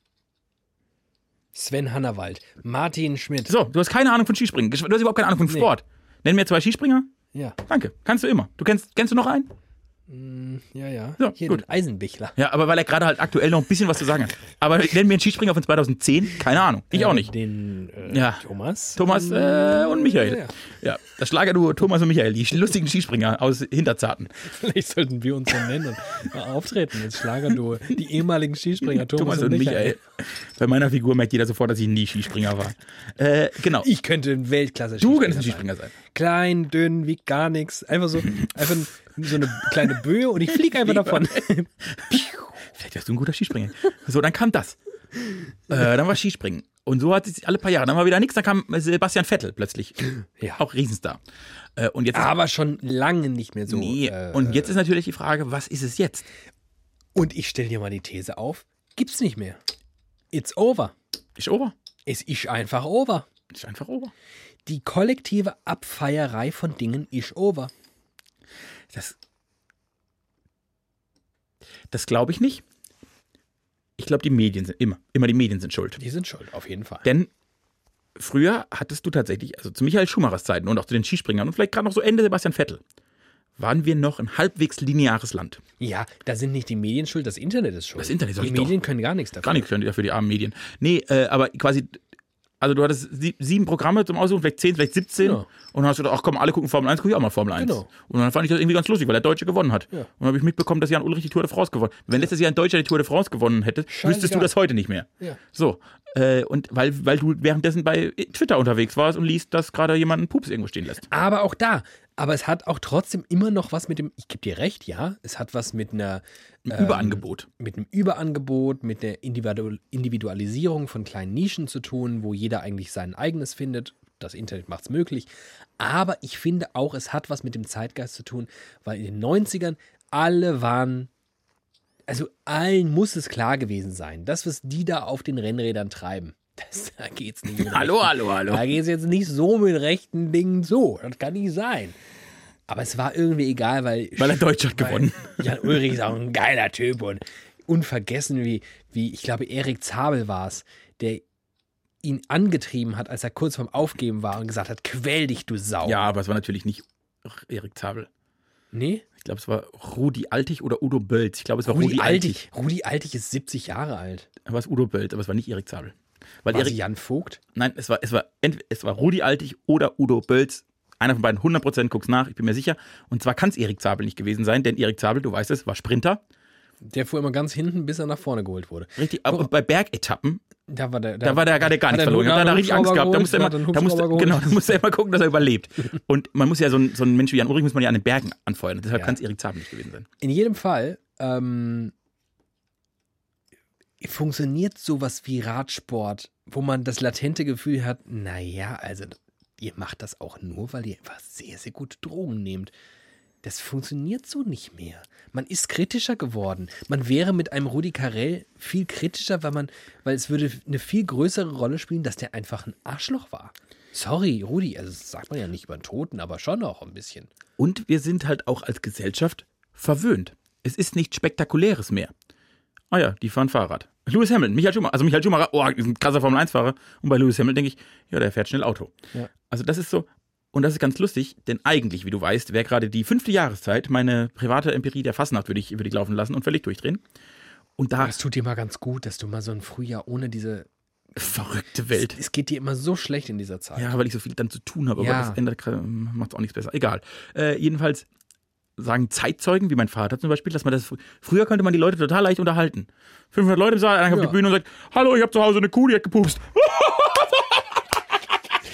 Speaker 3: Sven Hannawald, Martin Schmidt.
Speaker 2: So, du hast keine Ahnung von Skispringen. Du hast überhaupt keine Ahnung von
Speaker 3: Nee.
Speaker 2: Sport. Nenn mir zwei Skispringer.
Speaker 3: Ja,
Speaker 2: Danke. Kannst du immer. Du kennst, kennst du noch einen?
Speaker 3: ja, ja.
Speaker 2: So,
Speaker 3: Hier
Speaker 2: gut.
Speaker 3: den Eisenbichler.
Speaker 2: Ja, aber weil er gerade halt aktuell noch ein bisschen was zu sagen hat. Aber nenn mir einen Skispringer von 2010. Keine Ahnung. Ich
Speaker 3: Äh,
Speaker 2: auch nicht.
Speaker 3: Den äh,
Speaker 2: Ja.
Speaker 3: Thomas.
Speaker 2: Thomas äh, und
Speaker 3: Ja,
Speaker 2: Michael.
Speaker 3: ja.
Speaker 2: Ja, das Schlagerduo Thomas und Michael, die lustigen Skispringer aus Hinterzarten.
Speaker 3: Vielleicht sollten wir uns so nennen und mal auftreten als Schlagerduo. Die ehemaligen Skispringer Thomas, und, Michael.
Speaker 2: Bei meiner Figur merkt jeder sofort, dass ich nie Skispringer war. Äh, genau.
Speaker 3: Ich könnte ein Weltklasse
Speaker 2: Du kannst ein Skispringer sein.
Speaker 3: Klein, dünn, wiegt gar nichts. Einfach so, einfach so eine kleine Böe und ich fliege einfach davon.
Speaker 2: Vielleicht wärst du ein guter Skispringer. So, dann kam das. Äh, dann war Skispringen. Und so hat es alle paar Jahre. Dann war wieder nichts. Dann kam äh, Sebastian Vettel plötzlich.
Speaker 3: Ja.
Speaker 2: Auch Riesenstar. Äh, und jetzt ist
Speaker 3: Aber schon lange nicht mehr so.
Speaker 2: Nee.
Speaker 3: äh,
Speaker 2: und jetzt ist natürlich die Frage, was ist es jetzt?
Speaker 3: und ich stelle dir mal die These auf: gibt's nicht mehr. It's over.
Speaker 2: Ist over.
Speaker 3: Es ist einfach over.
Speaker 2: Ist einfach over.
Speaker 3: Die kollektive Abfeierei von Dingen ist over.
Speaker 2: Das, das glaube ich nicht. Ich glaube, die Medien sind immer, immer die Medien sind schuld.
Speaker 3: Die sind schuld, auf jeden Fall.
Speaker 2: Denn früher hattest du tatsächlich, also zu Michael Schumachers Zeiten und auch zu den Skispringern und vielleicht gerade noch so Ende Sebastian Vettel, waren wir noch ein halbwegs lineares Land.
Speaker 3: ja, da sind nicht die Medien schuld, das Internet ist schuld.
Speaker 2: Das Internet, sag
Speaker 3: die
Speaker 2: ich doch.
Speaker 3: Medien können gar nichts dafür.
Speaker 2: Gar nichts können die dafür, die armen Medien. Nee, äh, aber quasi, also du hattest sie- sieben Programme zum Aussuchen, vielleicht zehn, vielleicht 17.
Speaker 3: Ja.
Speaker 2: Und dann hast du gedacht, ach komm, alle gucken Formel 1, gucke ich auch mal Formel 1.
Speaker 3: Genau.
Speaker 2: Und dann fand ich das irgendwie ganz lustig, weil der Deutsche gewonnen hat.
Speaker 3: Ja.
Speaker 2: Und dann habe ich mitbekommen, dass Jan Ulrich die Tour de France gewonnen hat. Wenn letztes Jahr ein Deutscher die Tour de France gewonnen hätte, wüsstest du
Speaker 3: Scheißegal.
Speaker 2: das heute nicht mehr.
Speaker 3: Ja.
Speaker 2: So, äh, und weil, weil du währenddessen bei Twitter unterwegs warst und liest, dass gerade jemand einen Pups irgendwo stehen lässt.
Speaker 3: Aber auch da. Aber es hat auch trotzdem immer noch was mit dem, ich gebe dir recht, ja, es hat was mit einer Ähm.
Speaker 2: Überangebot.
Speaker 3: mit einem Überangebot, mit der Individu- Individualisierung von kleinen Nischen zu tun, wo jeder eigentlich sein eigenes findet. Das Internet macht es möglich. Aber ich finde auch, es hat was mit dem Zeitgeist zu tun, weil in den 90ern alle waren, also allen muss es klar gewesen sein, das, was die da auf den Rennrädern treiben. Das, da geht's nicht. mit
Speaker 2: Hallo,
Speaker 3: rechten-
Speaker 2: hallo, hallo.
Speaker 3: Da geht's jetzt nicht so mit rechten Dingen so. Das kann nicht sein. Aber es war irgendwie egal, weil
Speaker 2: Weil der Deutsche hat gewonnen.
Speaker 3: weil Jan Ulrich ist auch ein geiler Typ und unvergessen, wie, wie ich glaube, Erik Zabel war es, der ihn angetrieben hat, als er kurz vorm Aufgeben war und gesagt hat, quäl dich, du Sau.
Speaker 2: Ja, aber es war natürlich nicht Erik Zabel.
Speaker 3: Nee?
Speaker 2: Ich glaube, es war Rudi Altig oder Udo Bölz. Ich glaube, es war
Speaker 3: Rudi,
Speaker 2: Rudi Altig.
Speaker 3: Altig. Rudi Altig ist 70 Jahre alt.
Speaker 2: war es Udo Bölz, aber es war nicht Erik Zabel. Weil
Speaker 3: War
Speaker 2: Erik,
Speaker 3: sie Jan Vogt?
Speaker 2: nein, es war, es war, entweder, es war Rudi Altig oder Udo Bölz. Einer von beiden, 100% guck's nach, ich bin mir sicher. Und zwar kann es Erik Zabel nicht gewesen sein, denn Erik Zabel, du weißt es, war Sprinter.
Speaker 3: Der fuhr immer ganz hinten, bis er nach vorne geholt wurde.
Speaker 2: Richtig, aber bei Bergetappen,
Speaker 3: Da war der,
Speaker 2: da war der gerade gar nichts verloren. Da hat er richtig Angst gehabt. Da musste er immer, da musste, genau, da musste er immer gucken, dass er überlebt. Und man muss ja so einen so einen Menschen wie Jan Ulrich muss man ja an den Bergen anfeuern. Deshalb
Speaker 3: Ja.
Speaker 2: kann es Erik Zabel nicht gewesen sein.
Speaker 3: In jedem Fall ähm, funktioniert sowas wie Radsport, wo man das latente Gefühl hat, naja, also ihr macht das auch nur, weil ihr einfach sehr, sehr gute Drogen nehmt. Das funktioniert so nicht mehr. Man ist kritischer geworden. Man wäre mit einem Rudi Carell viel kritischer, weil man, weil es würde eine viel größere Rolle spielen, dass der einfach ein Arschloch war. Sorry, Rudi, also das sagt man ja nicht über einen Toten, aber schon auch ein bisschen.
Speaker 2: Und wir sind halt auch als Gesellschaft verwöhnt. Es ist nichts Spektakuläres mehr. Ah ja, die fahren Fahrrad. Lewis Hamilton, Michael Schumacher, also Michael Schumacher, oh, ist ein krasser Formel-1-Fahrer. Und bei Lewis Hamilton denke ich, ja, der fährt schnell Auto.
Speaker 3: Ja.
Speaker 2: Also das ist so, Und das ist ganz lustig, denn eigentlich, wie du weißt, wäre gerade die fünfte Jahreszeit meine private Empirie der Fasnacht, würde ich, würde ich laufen lassen und völlig durchdrehen. Und da
Speaker 3: Das tut dir mal ganz gut, dass du mal so ein Frühjahr ohne diese.
Speaker 2: verrückte Welt.
Speaker 3: Es, es geht dir immer so schlecht in dieser Zeit.
Speaker 2: Ja, weil ich so viel dann zu tun habe, aber
Speaker 3: Ja.
Speaker 2: das ändert macht auch nichts besser. Egal. Äh, jedenfalls sagen Zeitzeugen, wie mein Vater zum Beispiel, dass man das fr früher konnte man die Leute total leicht unterhalten. 500 Leute im Saal, einer kommt auf
Speaker 3: Ja.
Speaker 2: die Bühne und sagt: Hallo, ich habe zu Hause eine Kuh, die hat gepupst.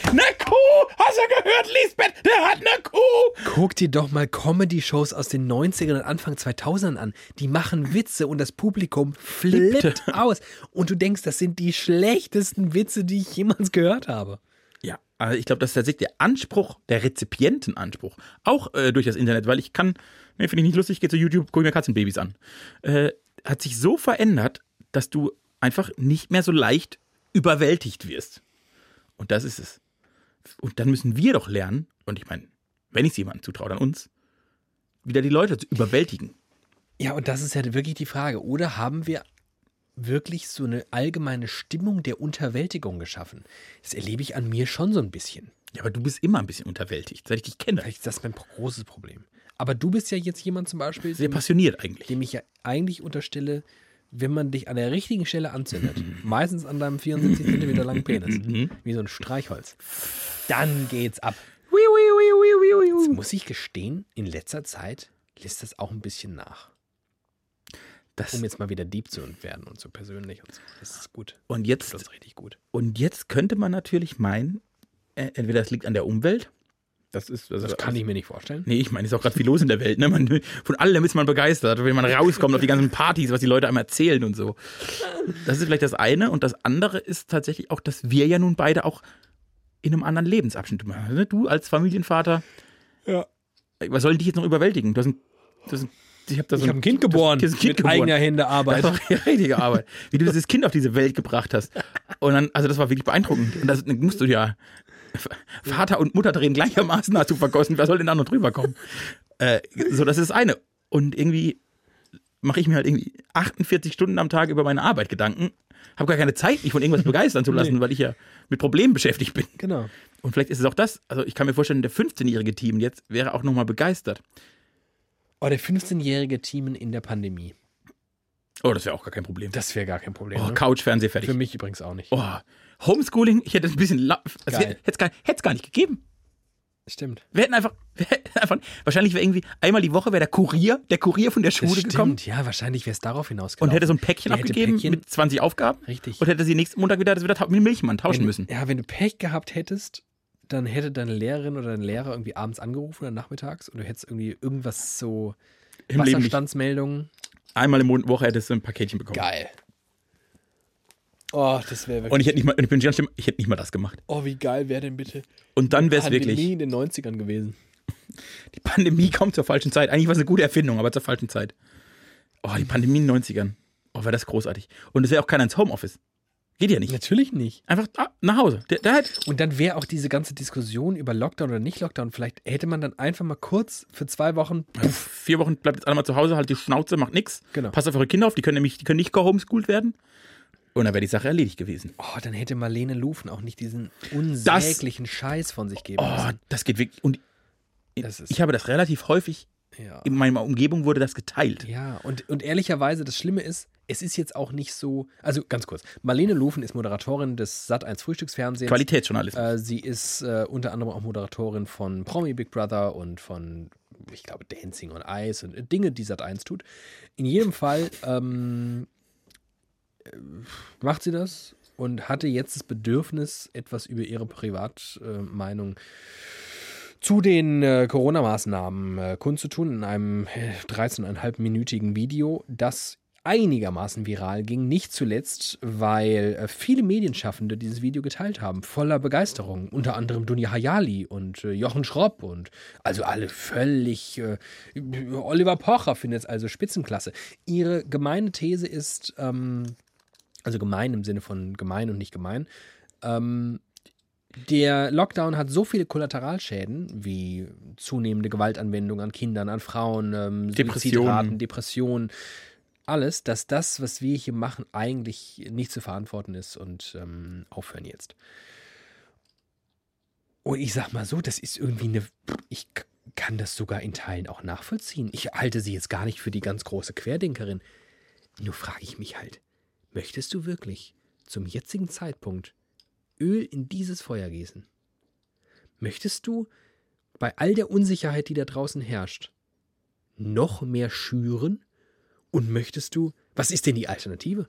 Speaker 2: Eine Kuh! Hast du gehört, Lisbeth? Der hat eine Kuh!
Speaker 3: Guck dir doch mal Comedy-Shows aus den 90ern und Anfang 2000ern an. Die machen Witze und das Publikum flippt aus. Und du denkst, das sind die schlechtesten Witze, die ich jemals gehört habe.
Speaker 2: Ja, also ich glaube, das ist tatsächlich der Anspruch, der Rezipientenanspruch, auch äh, durch das Internet, weil ich kann, nee, finde ich nicht lustig, gehe zu YouTube, gucke mir Katzenbabys an. Äh, hat sich so verändert, dass du einfach nicht mehr so leicht überwältigt wirst. Und das ist es. Und dann müssen wir doch lernen, und ich meine, wenn ich es jemandem zutraue, dann uns, wieder die Leute zu überwältigen.
Speaker 3: Ja, und das ist ja wirklich die Frage. Oder haben wir wirklich so eine allgemeine Stimmung der Unterwältigung geschaffen? Das erlebe ich an mir schon so ein bisschen.
Speaker 2: Ja, aber du bist immer ein bisschen unterwältigt, seit ich dich kenne.
Speaker 3: Vielleicht ist das mein großes Problem. Aber du bist ja jetzt jemand zum Beispiel,
Speaker 2: Sehr
Speaker 3: dem,
Speaker 2: passioniert eigentlich.
Speaker 3: dem ich ja eigentlich unterstelle, wenn man dich an der richtigen Stelle anzündet, meistens an deinem 74 cm langen
Speaker 2: Mhm.
Speaker 3: Penis, wie so ein Streichholz, dann geht's ab. Jetzt muss ich gestehen, in letzter Zeit lässt das auch ein bisschen nach.
Speaker 2: Das,
Speaker 3: Um jetzt mal wieder deep zu werden und so persönlich und so. Das ist gut.
Speaker 2: und
Speaker 3: Das
Speaker 2: jetzt
Speaker 3: ist richtig gut.
Speaker 2: Und jetzt könnte man natürlich meinen, äh, entweder das liegt an der Umwelt. Das ist, also,
Speaker 3: Das kann ich mir nicht vorstellen.
Speaker 2: Nee, ich meine, ist auch gerade viel los in der Welt. Ne? Man, von allem ist man begeistert, wenn man rauskommt auf die ganzen Partys, was die Leute einem erzählen und so. Das ist vielleicht das eine. Und das andere ist tatsächlich auch, dass wir ja nun beide auch in einem anderen Lebensabschnitt machen. Ne? Du als Familienvater, äh,
Speaker 3: Ja.
Speaker 2: was soll dich jetzt noch überwältigen? Du hast ein, du hast ein, ich habe da so
Speaker 3: Ich habe ein Kind geboren.
Speaker 2: Das, das kind
Speaker 3: mit
Speaker 2: geboren.
Speaker 3: eigener Hände Arbeit.
Speaker 2: Das war ja Also richtige Arbeit. Wie du dieses Kind auf diese Welt gebracht hast. Und dann, also das war wirklich beeindruckend. Und das musst du ja. Vater und Mutter drehen gleichermaßen hast du vergossen. Wer soll denn da noch drüber kommen? Äh, so, das ist das eine. Und irgendwie mache ich mir halt irgendwie 48 Stunden am Tag über meine Arbeit Gedanken. Habe gar keine Zeit, mich von irgendwas begeistern zu lassen,
Speaker 3: Nee.
Speaker 2: weil ich ja mit Problemen beschäftigt bin.
Speaker 3: Genau.
Speaker 2: Und vielleicht ist es auch das. Also ich kann mir vorstellen, der 15-jährige Team jetzt wäre auch nochmal begeistert.
Speaker 3: Oh, der 15-jährige Teamen in der Pandemie.
Speaker 2: Oh, das wäre auch gar kein Problem.
Speaker 3: Das wäre gar kein Problem.
Speaker 2: Oh,
Speaker 3: ne?
Speaker 2: Couch, Fernseh, fertig.
Speaker 3: Für mich übrigens auch nicht.
Speaker 2: Oh, Homeschooling, ich hätte ein bisschen. la- Also
Speaker 3: Geil.
Speaker 2: hätte es gar, hätt's gar nicht gegeben.
Speaker 3: Stimmt.
Speaker 2: Wir hätten einfach. Wir hätten einfach wahrscheinlich wäre irgendwie einmal die Woche wäre der Kurier, der Kurier von der
Speaker 3: Das
Speaker 2: Schule
Speaker 3: stimmt.
Speaker 2: gekommen
Speaker 3: Ja, wahrscheinlich wäre es darauf
Speaker 2: und
Speaker 3: hinausgelaufen.
Speaker 2: hätte so ein Päckchen
Speaker 3: Der hätte
Speaker 2: abgegeben
Speaker 3: Päckchen-
Speaker 2: mit 20 Aufgaben
Speaker 3: Richtig.
Speaker 2: und hätte sie nächsten Montag wieder das wieder ta- mit dem Milchmann tauschen
Speaker 3: wenn,
Speaker 2: müssen.
Speaker 3: Ja, wenn du Pech gehabt hättest, dann hätte deine Lehrerin oder dein Lehrer irgendwie abends angerufen oder nachmittags und du hättest irgendwie irgendwas so
Speaker 2: Im Leben nicht. Oh.
Speaker 3: Wasserstandsmeldungen.
Speaker 2: Einmal im Monat Woche hättest du ein Paketchen bekommen.
Speaker 3: Geil. Oh, das
Speaker 2: Und
Speaker 3: wäre
Speaker 2: ich
Speaker 3: wirklich.
Speaker 2: hätte nicht mal, ich bin ganz schlimm, ich hätte nicht mal das gemacht.
Speaker 3: oh, wie geil wäre denn bitte
Speaker 2: Und dann wäre es
Speaker 3: Pandemie
Speaker 2: wirklich.
Speaker 3: in den 90ern gewesen?
Speaker 2: Die Pandemie kommt zur falschen Zeit. Eigentlich war es eine gute Erfindung, aber zur falschen Zeit. Oh, die Pandemie in den 90ern. Oh, wäre das großartig. Und es wäre auch keiner ins Homeoffice. Geht ja nicht.
Speaker 3: Natürlich nicht.
Speaker 2: Einfach ah, nach Hause. Der, der hat,
Speaker 3: Und dann wäre auch diese ganze Diskussion über Lockdown oder nicht Lockdown, vielleicht hätte man dann einfach mal kurz für zwei Wochen
Speaker 2: Puff, vier Wochen bleibt jetzt alle mal zu Hause, halt die Schnauze, macht nix.
Speaker 3: Genau.
Speaker 2: Passt auf eure Kinder auf, die können nämlich, die können nicht gehomeschoolt werden. Und dann wäre die Sache erledigt gewesen.
Speaker 3: Oh, dann hätte Marlene Lufen auch nicht diesen unsäglichen Scheiß von sich geben
Speaker 2: Oh,
Speaker 3: müssen.
Speaker 2: das geht wirklich. Und
Speaker 3: Das ist-
Speaker 2: ich habe das relativ häufig,
Speaker 3: Ja.
Speaker 2: in meiner Umgebung wurde das geteilt.
Speaker 3: Ja, und, und ehrlicherweise, das Schlimme ist, es ist jetzt auch nicht so. Also ganz kurz: Marlene Lufen ist Moderatorin des Sat1 Frühstücksfernsehens.
Speaker 2: Qualitätsjournalismus.
Speaker 3: Äh, sie ist äh, unter anderem auch Moderatorin von Promi Big Brother und von, ich glaube, Dancing on Ice und äh, Dinge, die Sat1 tut. In jedem Fall ähm, äh, macht sie das und hatte jetzt das Bedürfnis, etwas über ihre Privatmeinung äh, zu den äh, Corona-Maßnahmen äh, kundzutun in einem äh, 13,5-minütigen Video, das einigermaßen viral ging. Nicht zuletzt, weil äh, viele Medienschaffende dieses Video geteilt haben, voller Begeisterung. Unter anderem Dunja Hayali und äh, Jochen Schropp und also alle völlig. Äh, Oliver Pocher findet es also Spitzenklasse. Ihre gemeine These ist, ähm, also gemein im Sinne von gemein und nicht gemein, ähm, der Lockdown hat so viele Kollateralschäden wie zunehmende Gewaltanwendung an Kindern, an Frauen, ähm,
Speaker 2: Depressionen.
Speaker 3: Suizidraten, Depressionen, alles, dass das, was wir hier machen, eigentlich nicht zu verantworten ist und ähm, aufhören jetzt. Und ich sag mal so, das ist irgendwie eine. Ich k- kann das sogar in Teilen auch nachvollziehen. Ich halte sie jetzt gar nicht für die ganz große Querdenkerin. Nur frage ich mich halt, möchtest du wirklich zum jetzigen Zeitpunkt Öl in dieses Feuer gießen? Möchtest du bei all der Unsicherheit, die da draußen herrscht, noch mehr schüren? Und möchtest du, was ist denn die Alternative?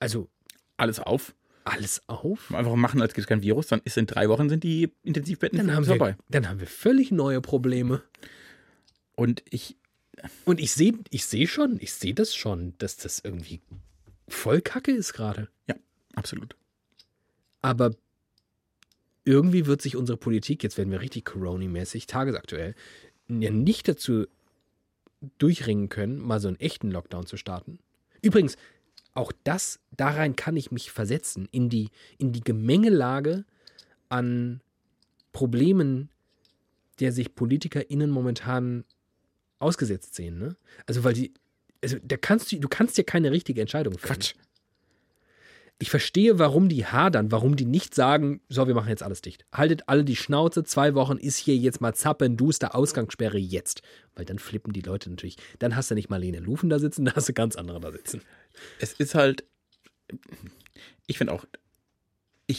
Speaker 3: Also
Speaker 2: Alles auf.
Speaker 3: alles auf?
Speaker 2: Einfach machen, als gibt es kein Virus. Dann ist in drei Wochen sind die Intensivbetten
Speaker 3: Dann haben,
Speaker 2: vorbei.
Speaker 3: wir, dann haben wir völlig neue Probleme.
Speaker 2: Und ich,
Speaker 3: Und ich sehe ich seh schon, ich sehe das schon, dass das irgendwie voll kacke ist gerade.
Speaker 2: ja, absolut.
Speaker 3: Aber irgendwie wird sich unsere Politik, jetzt werden wir richtig Corona-mäßig, tagesaktuell, ja nicht dazu durchringen können, mal so einen echten Lockdown zu starten. Übrigens, auch das, darein kann ich mich versetzen, in die, in die Gemengelage an Problemen, der sich PolitikerInnen momentan ausgesetzt sehen. Ne? Also, weil die, also da kannst du, du kannst ja keine richtige Entscheidung finden.
Speaker 2: Quatsch.
Speaker 3: Ich verstehe, warum die hadern, warum die nicht sagen, so, wir machen jetzt alles dicht. Haltet alle die Schnauze, zwei Wochen ist hier jetzt mal zappenduster Ausgangssperre jetzt. Weil dann flippen die Leute natürlich. Dann hast du nicht Marlene Lufen da sitzen, da hast du ganz andere da sitzen.
Speaker 2: Es ist halt, ich finde auch,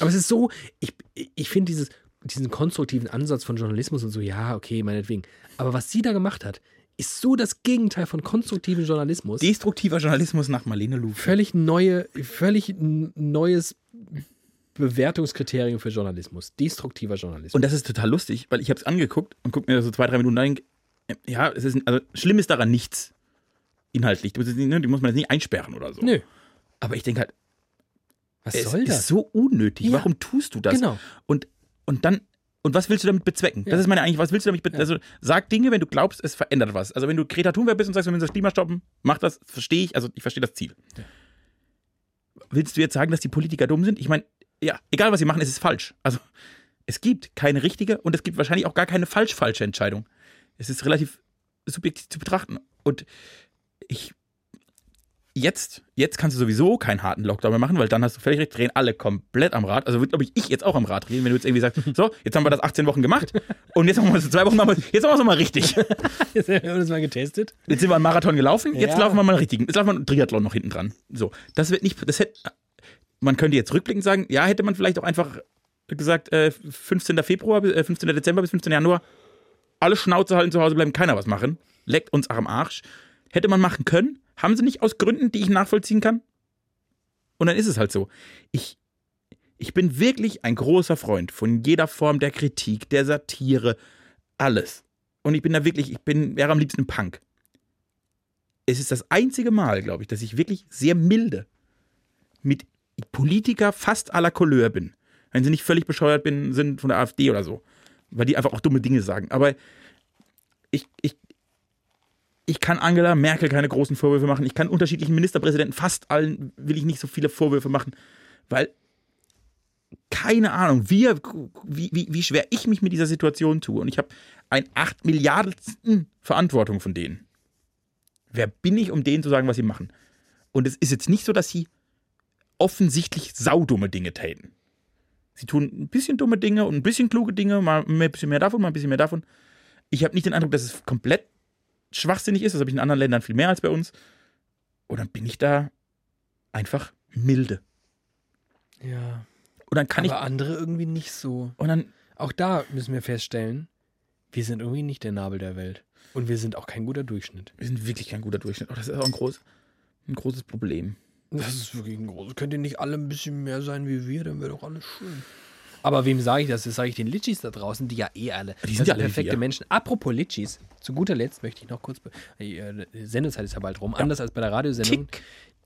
Speaker 3: Aber es ist so, ich, ich finde dieses, diesen konstruktiven Ansatz von Journalismus und so, ja, okay, meinetwegen. Aber was sie da gemacht hat, ist so das Gegenteil von konstruktivem Journalismus.
Speaker 2: destruktiver Journalismus nach Marlene Lufe.
Speaker 3: völlig neue, völlig n- neues Bewertungskriterium für Journalismus. Destruktiver Journalismus.
Speaker 2: Und das ist total lustig, weil ich habe es angeguckt und gucke mir so zwei, drei Minuten an. und denk, Ja, es ist, also schlimm ist daran nichts. Inhaltlich. Die muss man jetzt nicht- ne, die muss man jetzt nicht einsperren oder so.
Speaker 3: Nö.
Speaker 2: Aber ich denke halt,
Speaker 3: Was
Speaker 2: es
Speaker 3: soll das?
Speaker 2: ist so unnötig.
Speaker 3: Ja.
Speaker 2: Warum tust du das?
Speaker 3: Genau.
Speaker 2: Und, und dann, und was willst du damit bezwecken?
Speaker 3: Ja.
Speaker 2: Das ist meine eigentlich, was willst du damit bezwecken? Also sag Dinge, wenn du glaubst, es verändert was. Also wenn du Greta Thunberg bist und sagst, wir müssen das Klima stoppen, mach das, verstehe ich, also ich verstehe das Ziel. Willst du jetzt sagen, dass die Politiker dumm sind? Ich meine, ja, egal was sie machen, es ist falsch. Also es gibt keine richtige und es gibt wahrscheinlich auch gar keine falsch-falsche Entscheidung. Es ist relativ subjektiv zu betrachten. Und ich, jetzt, jetzt kannst du sowieso keinen harten Lockdown mehr machen, weil dann hast du völlig recht, drehen alle komplett am Rad. Also glaube ich, ich jetzt auch am Rad drehen, wenn du jetzt irgendwie sagst, so, jetzt haben wir das 18 Wochen gemacht und jetzt machen wir es in zwei Wochen, machen wir, es- jetzt machen wir es mal richtig.
Speaker 3: Jetzt haben wir das mal getestet.
Speaker 2: Jetzt sind wir einen Marathon gelaufen, jetzt
Speaker 3: Ja.
Speaker 2: laufen wir mal einen richtigen, jetzt laufen wir einen Triathlon noch hinten dran. So, das wird nicht, das hätte, man könnte jetzt rückblickend sagen, ja, hätte man vielleicht auch einfach gesagt, äh, 15. Februar, bis- äh, 15. Dezember bis 15. Januar, alle Schnauze halten, zu Hause bleiben, keiner was machen, leckt uns am Arsch. Hätte man machen können, haben sie nicht aus Gründen, die ich nachvollziehen kann? Und dann ist es halt so. Ich, ich bin wirklich ein großer Freund von jeder Form der Kritik, der Satire, alles. Und ich bin da wirklich, ich bin, wäre am liebsten ein Punk. Es ist das einzige Mal, glaube ich, dass ich wirklich sehr milde mit Politiker fast à la Couleur bin. Wenn sie nicht völlig bescheuert bin, sind von der AfD oder so. Weil die einfach auch dumme Dinge sagen. Aber ich, ich, ich kann Angela Merkel keine großen Vorwürfe machen. Ich kann unterschiedlichen Ministerpräsidenten, fast allen will ich nicht so viele Vorwürfe machen. Weil, keine Ahnung, wir, wie, wie, wie schwer ich mich mit dieser Situation tue. Und ich habe ein 8 Milliardensten Verantwortung von denen. Wer bin ich, um denen zu sagen, was sie machen? Und es ist jetzt nicht so, dass sie offensichtlich saudumme Dinge täten. Sie tun ein bisschen dumme Dinge und ein bisschen kluge Dinge, mal ein bisschen mehr davon, mal ein bisschen mehr davon. Ich habe nicht den Eindruck, dass es komplett schwachsinnig ist. Das habe ich in anderen Ländern viel mehr als bei uns. Und dann bin ich da einfach milde.
Speaker 3: Ja.
Speaker 2: Und dann kann
Speaker 3: aber andere irgendwie nicht so.
Speaker 2: ich. Und dann.
Speaker 3: Auch da müssen wir feststellen, wir sind irgendwie nicht der Nabel der Welt. Und wir sind auch kein guter Durchschnitt.
Speaker 2: Wir sind wirklich kein guter Durchschnitt. Oh, das ist auch ein, groß, ein großes Problem.
Speaker 3: Das ist wirklich ein großes. Könnt ihr nicht alle ein bisschen mehr sein wie wir, dann wäre doch alles schön. Aber wem sage ich das? Das sage ich den Litschis da draußen, die ja eh alle.
Speaker 2: Die
Speaker 3: das
Speaker 2: sind ja alle wie
Speaker 3: perfekte
Speaker 2: wir.
Speaker 3: Menschen. Apropos Litschis, zu guter Letzt möchte ich noch kurz. be- Äh, die Sendezeit ist ja bald rum. Anders als bei der Radiosendung,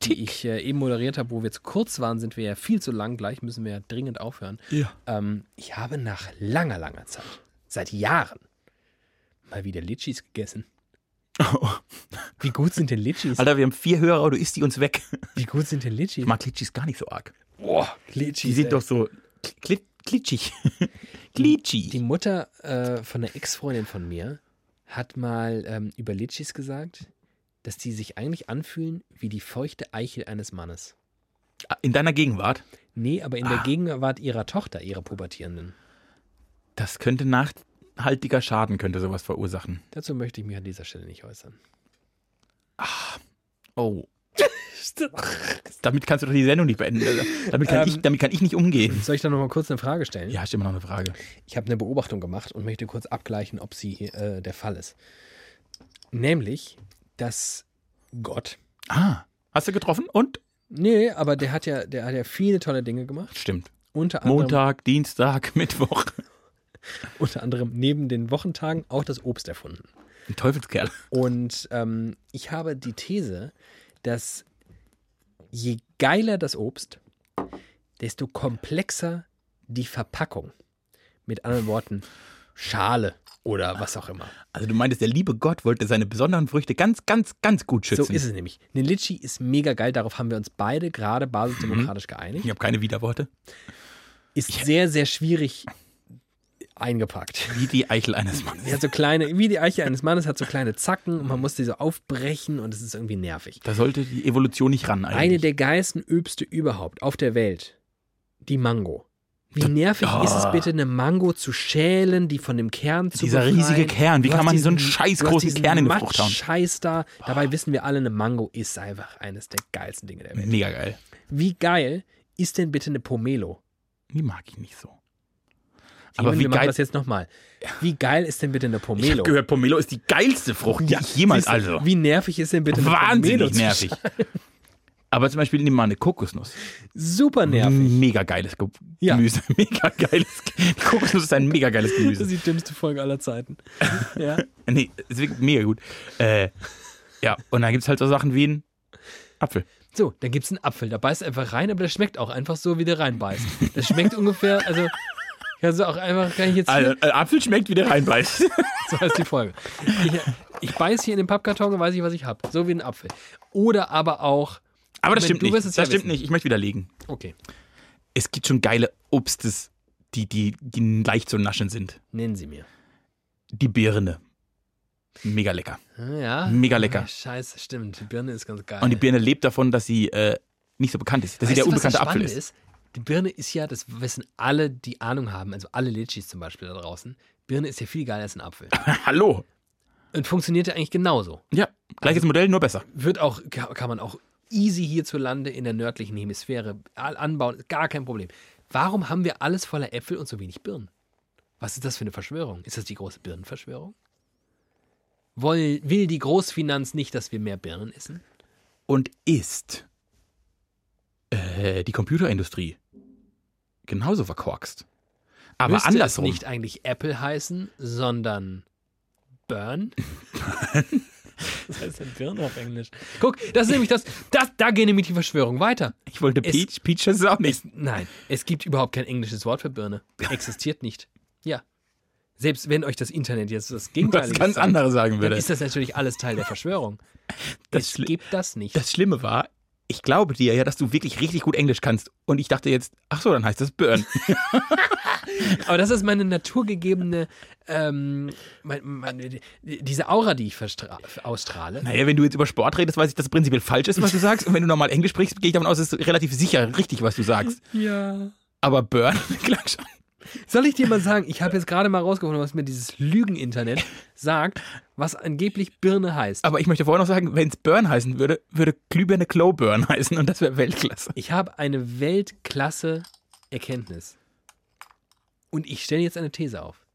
Speaker 3: die ich äh, eben moderiert habe, wo wir zu kurz waren, sind wir ja viel zu lang. Gleich müssen wir ja dringend aufhören.
Speaker 2: Ja.
Speaker 3: Ähm, ich habe nach langer, langer Zeit, seit Jahren, mal wieder Litschis gegessen. Wie gut sind denn Litschis?
Speaker 2: Alter, wir haben vier Hörer, und du isst die uns weg.
Speaker 3: Wie gut sind denn Litschis?
Speaker 2: Ich mag Litschis gar nicht so arg.
Speaker 3: Boah, Litschis.
Speaker 2: Die sind
Speaker 3: ey.
Speaker 2: doch so kli klitschig. Glitschig.
Speaker 3: Die Mutter äh, von einer Ex-Freundin von mir hat mal ähm, über Litschis gesagt, dass die sich eigentlich anfühlen wie die feuchte Eichel eines Mannes.
Speaker 2: In deiner Gegenwart?
Speaker 3: Nee, aber in der
Speaker 2: Ah.
Speaker 3: Gegenwart ihrer Tochter, ihrer Pubertierenden.
Speaker 2: Das könnte nachhaltiger Schaden, könnte sowas verursachen.
Speaker 3: Dazu möchte ich mich an dieser Stelle nicht äußern.
Speaker 2: Oh. Damit kannst du doch die Sendung nicht beenden. Also, Damit kann,
Speaker 3: Ähm.
Speaker 2: ich, damit kann ich nicht umgehen.
Speaker 3: Soll ich da nochmal kurz eine Frage stellen?
Speaker 2: Ja, stimmt noch eine Frage.
Speaker 3: Ich habe eine Beobachtung gemacht und möchte kurz abgleichen, ob sie äh, der Fall ist. Nämlich, dass Gott.
Speaker 2: Ah, hast du getroffen? Und?
Speaker 3: Nee, aber der hat ja, der hat ja viele tolle Dinge gemacht.
Speaker 2: Stimmt.
Speaker 3: Unter anderem,
Speaker 2: Montag, Dienstag, Mittwoch.
Speaker 3: unter anderem neben den Wochentagen auch das Obst erfunden.
Speaker 2: Ein Teufelskerl.
Speaker 3: Und ähm, ich habe die These, dass je geiler das Obst, desto komplexer die Verpackung. Mit anderen Worten, Schale oder was auch immer.
Speaker 2: Also du meintest, der liebe Gott wollte seine besonderen Früchte ganz, ganz, ganz gut schützen.
Speaker 3: So ist es nämlich. Eine Litschi ist mega geil, darauf haben wir uns beide gerade basisdemokratisch
Speaker 2: Mhm.
Speaker 3: geeinigt.
Speaker 2: Ich habe keine Widerworte.
Speaker 3: Ist sehr, sehr schwierig eingepackt.
Speaker 2: Wie die Eichel eines Mannes.
Speaker 3: Sie hat so kleine, wie die Eiche eines Mannes, hat so kleine Zacken und man muss die so aufbrechen und es ist irgendwie nervig.
Speaker 2: Da sollte die Evolution nicht ran
Speaker 3: Eine
Speaker 2: eigentlich.
Speaker 3: der geilsten Obste überhaupt auf der Welt. Die Mango. Wie nervig
Speaker 2: Ah.
Speaker 3: ist es bitte, eine Mango zu schälen, die von dem Kern zu
Speaker 2: Dieser
Speaker 3: befreien?
Speaker 2: riesige Kern. Wie
Speaker 3: Du
Speaker 2: kann
Speaker 3: hast
Speaker 2: man so einen
Speaker 3: diesen-
Speaker 2: scheiß
Speaker 3: du hast
Speaker 2: großen
Speaker 3: diesen
Speaker 2: Kern in die Frucht hauen?
Speaker 3: Scheiß da. Dabei wissen wir alle, eine Mango ist einfach eines der geilsten Dinge der Welt.
Speaker 2: Mega geil.
Speaker 3: Wie geil ist denn bitte eine Pomelo?
Speaker 2: Die mag ich nicht so.
Speaker 3: Simon,
Speaker 2: Aber wie
Speaker 3: wir machen
Speaker 2: geil.
Speaker 3: das jetzt nochmal. Wie geil ist denn bitte eine
Speaker 2: Ich habe
Speaker 3: Pomelo?
Speaker 2: gehört, Pomelo ist die geilste Frucht, die ich jemals
Speaker 3: Siehst du,
Speaker 2: also.
Speaker 3: Wie nervig ist denn bitte eine Pomelo?
Speaker 2: Wahnsinnig
Speaker 3: zu
Speaker 2: nervig. Aber zum Beispiel nimm mal eine Kokosnuss.
Speaker 3: schälen? Super nervig.
Speaker 2: Mega geiles Ge
Speaker 3: Ja.
Speaker 2: Gemüse. Mega geiles. Ge- Die Kokosnuss ist ein mega geiles
Speaker 3: Das ist
Speaker 2: Gemüse.
Speaker 3: die dümmste Folge aller Zeiten. Ja.
Speaker 2: Nee, ist wirklich mega gut. Äh, ja, und dann gibt es halt so Sachen wie ein Apfel.
Speaker 3: So, dann gibt's einen Apfel. Da beißt einfach rein, aber der schmeckt auch einfach so, wie der reinbeißt. Das schmeckt ungefähr, also kannst du auch einfach, kann ich jetzt
Speaker 2: Also,
Speaker 3: hier,
Speaker 2: äh, Apfel schmeckt, wie der reinbeißt.
Speaker 3: so heißt die Folge. Ich, ich beiß hier in den Pappkarton und weiß ich, was ich hab. So wie ein Apfel. Oder aber auch,
Speaker 2: Aber das
Speaker 3: Moment,
Speaker 2: stimmt
Speaker 3: du
Speaker 2: nicht.
Speaker 3: wirst es
Speaker 2: Das
Speaker 3: ja
Speaker 2: stimmt
Speaker 3: wissen.
Speaker 2: nicht. Ich möchte widerlegen.
Speaker 3: okay,
Speaker 2: Es gibt schon geile Obstes, die, die, die leicht zu naschen sind.
Speaker 3: nennen sie mir.
Speaker 2: Die Birne. Mega lecker.
Speaker 3: Ja.
Speaker 2: Mega lecker.
Speaker 3: Scheiße, stimmt. Die Birne ist ganz geil.
Speaker 2: Und die Birne lebt davon, dass sie äh, nicht so bekannt ist. Dass
Speaker 3: Äh.
Speaker 2: sie
Speaker 3: Weißt
Speaker 2: der
Speaker 3: du, was das
Speaker 2: unbekannte Apfel
Speaker 3: Spannende
Speaker 2: ist.
Speaker 3: Die Birne ist ja, das wissen alle, die Ahnung haben, also alle Litschis zum Beispiel da draußen. Birne ist ja viel geiler als ein Apfel.
Speaker 2: Hallo.
Speaker 3: Und funktioniert ja eigentlich genauso.
Speaker 2: Ja,
Speaker 3: Also-
Speaker 2: gleiches Modell, nur besser.
Speaker 3: wird auch, ka- kann man auch easy hierzulande in der nördlichen Hemisphäre all- anbauen, gar kein Problem. Warum haben wir alles voller Äpfel und so wenig Birnen? Was ist das für eine Verschwörung? Ist das die große Birnenverschwörung? Woll, will die Großfinanz nicht, dass wir mehr Birnen essen?
Speaker 2: Und ist äh, die Computerindustrie genauso verkorkst. Aber
Speaker 3: Müsste
Speaker 2: andersrum.
Speaker 3: Es nicht eigentlich Apple heißen, sondern Burn? Was heißt denn Birnen auf Englisch? Guck, das ist nämlich das, das, da gehen nämlich die Verschwörungen weiter.
Speaker 2: Ich wollte
Speaker 3: es-
Speaker 2: Peach. Peach ist es auch nicht.
Speaker 3: Nein, es gibt überhaupt kein englisches Wort für Birne. Existiert nicht. Ja. Selbst wenn euch das Internet jetzt das Gegenteil
Speaker 2: Was ganz anderes sagen
Speaker 3: dann
Speaker 2: würde.
Speaker 3: ist das natürlich alles Teil der Verschwörung.
Speaker 2: Das
Speaker 3: es
Speaker 2: schli-
Speaker 3: gibt das nicht.
Speaker 2: Das Schlimme war, ich glaube dir ja, dass du wirklich richtig gut Englisch kannst. Und ich dachte jetzt, ach so, dann heißt das Burn.
Speaker 3: Aber das ist meine naturgegebene, ähm, mein, meine- diese Aura, die ich verstra- ausstrahle.
Speaker 2: Naja, wenn du jetzt über Sport redest, weiß ich, dass es prinzipiell falsch ist, was du sagst. Und wenn du normal Englisch sprichst, gehe ich davon aus, es ist relativ sicher richtig, was du sagst.
Speaker 3: Ja.
Speaker 2: Aber Burn klang schon.
Speaker 3: Soll ich dir mal sagen, ich habe jetzt gerade mal rausgefunden, was mir dieses Lügen-Internet sagt, was angeblich Birne heißt.
Speaker 2: Aber ich möchte vorher noch sagen, wenn es Burn heißen würde, würde Glühbirne Cloburn heißen und das wäre Weltklasse.
Speaker 3: Ich habe eine Weltklasse-Erkenntnis. Und ich stelle jetzt eine These auf.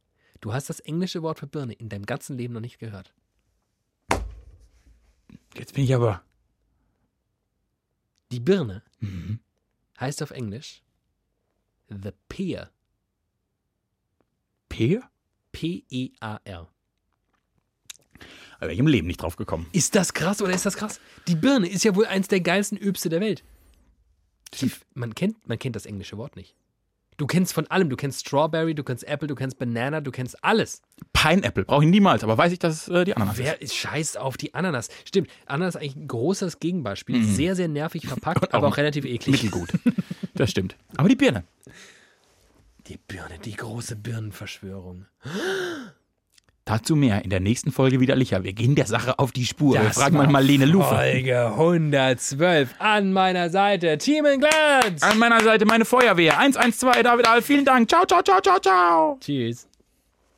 Speaker 3: Du hast das englische Wort für Birne in deinem ganzen Leben noch nicht gehört.
Speaker 2: Jetzt bin ich aber.
Speaker 3: Die Birne
Speaker 2: Mhm.
Speaker 3: heißt auf Englisch The Pear.
Speaker 2: P?
Speaker 3: E P-E-A-R.
Speaker 2: Aber ich im Leben nicht drauf gekommen.
Speaker 3: Ist das krass oder ist das krass? Die Birne ist ja wohl eins der geilsten Öbste der Welt. Tief. Man kennt, man kennt das englische Wort nicht. Du kennst von allem. Du kennst Strawberry, du kennst Apple, du kennst Banana, du kennst alles.
Speaker 2: Pineapple brauche ich niemals, aber weiß ich, dass es äh, die Ananas ist.
Speaker 3: Wer ist scheiß auf die Ananas? Stimmt, Ananas ist eigentlich ein großes Gegenbeispiel. Sehr, sehr nervig verpackt, aber auch relativ eklig.
Speaker 2: Mhm. Mittelgut. Das stimmt. Aber die Birne.
Speaker 3: Die Birne, die große Birnenverschwörung.
Speaker 2: Dazu mehr in der nächsten Folge widerlicher. Wir gehen der Sache auf die Spur. Wir
Speaker 3: Das
Speaker 2: fragen mal
Speaker 3: war
Speaker 2: Marlene Lufe.
Speaker 3: Folge 112 an meiner Seite. Team in Glanz.
Speaker 2: Ah. An meiner Seite meine Feuerwehr. 112 David Al. Vielen Dank. Ciao, ciao, ciao, ciao, ciao.
Speaker 3: Tschüss.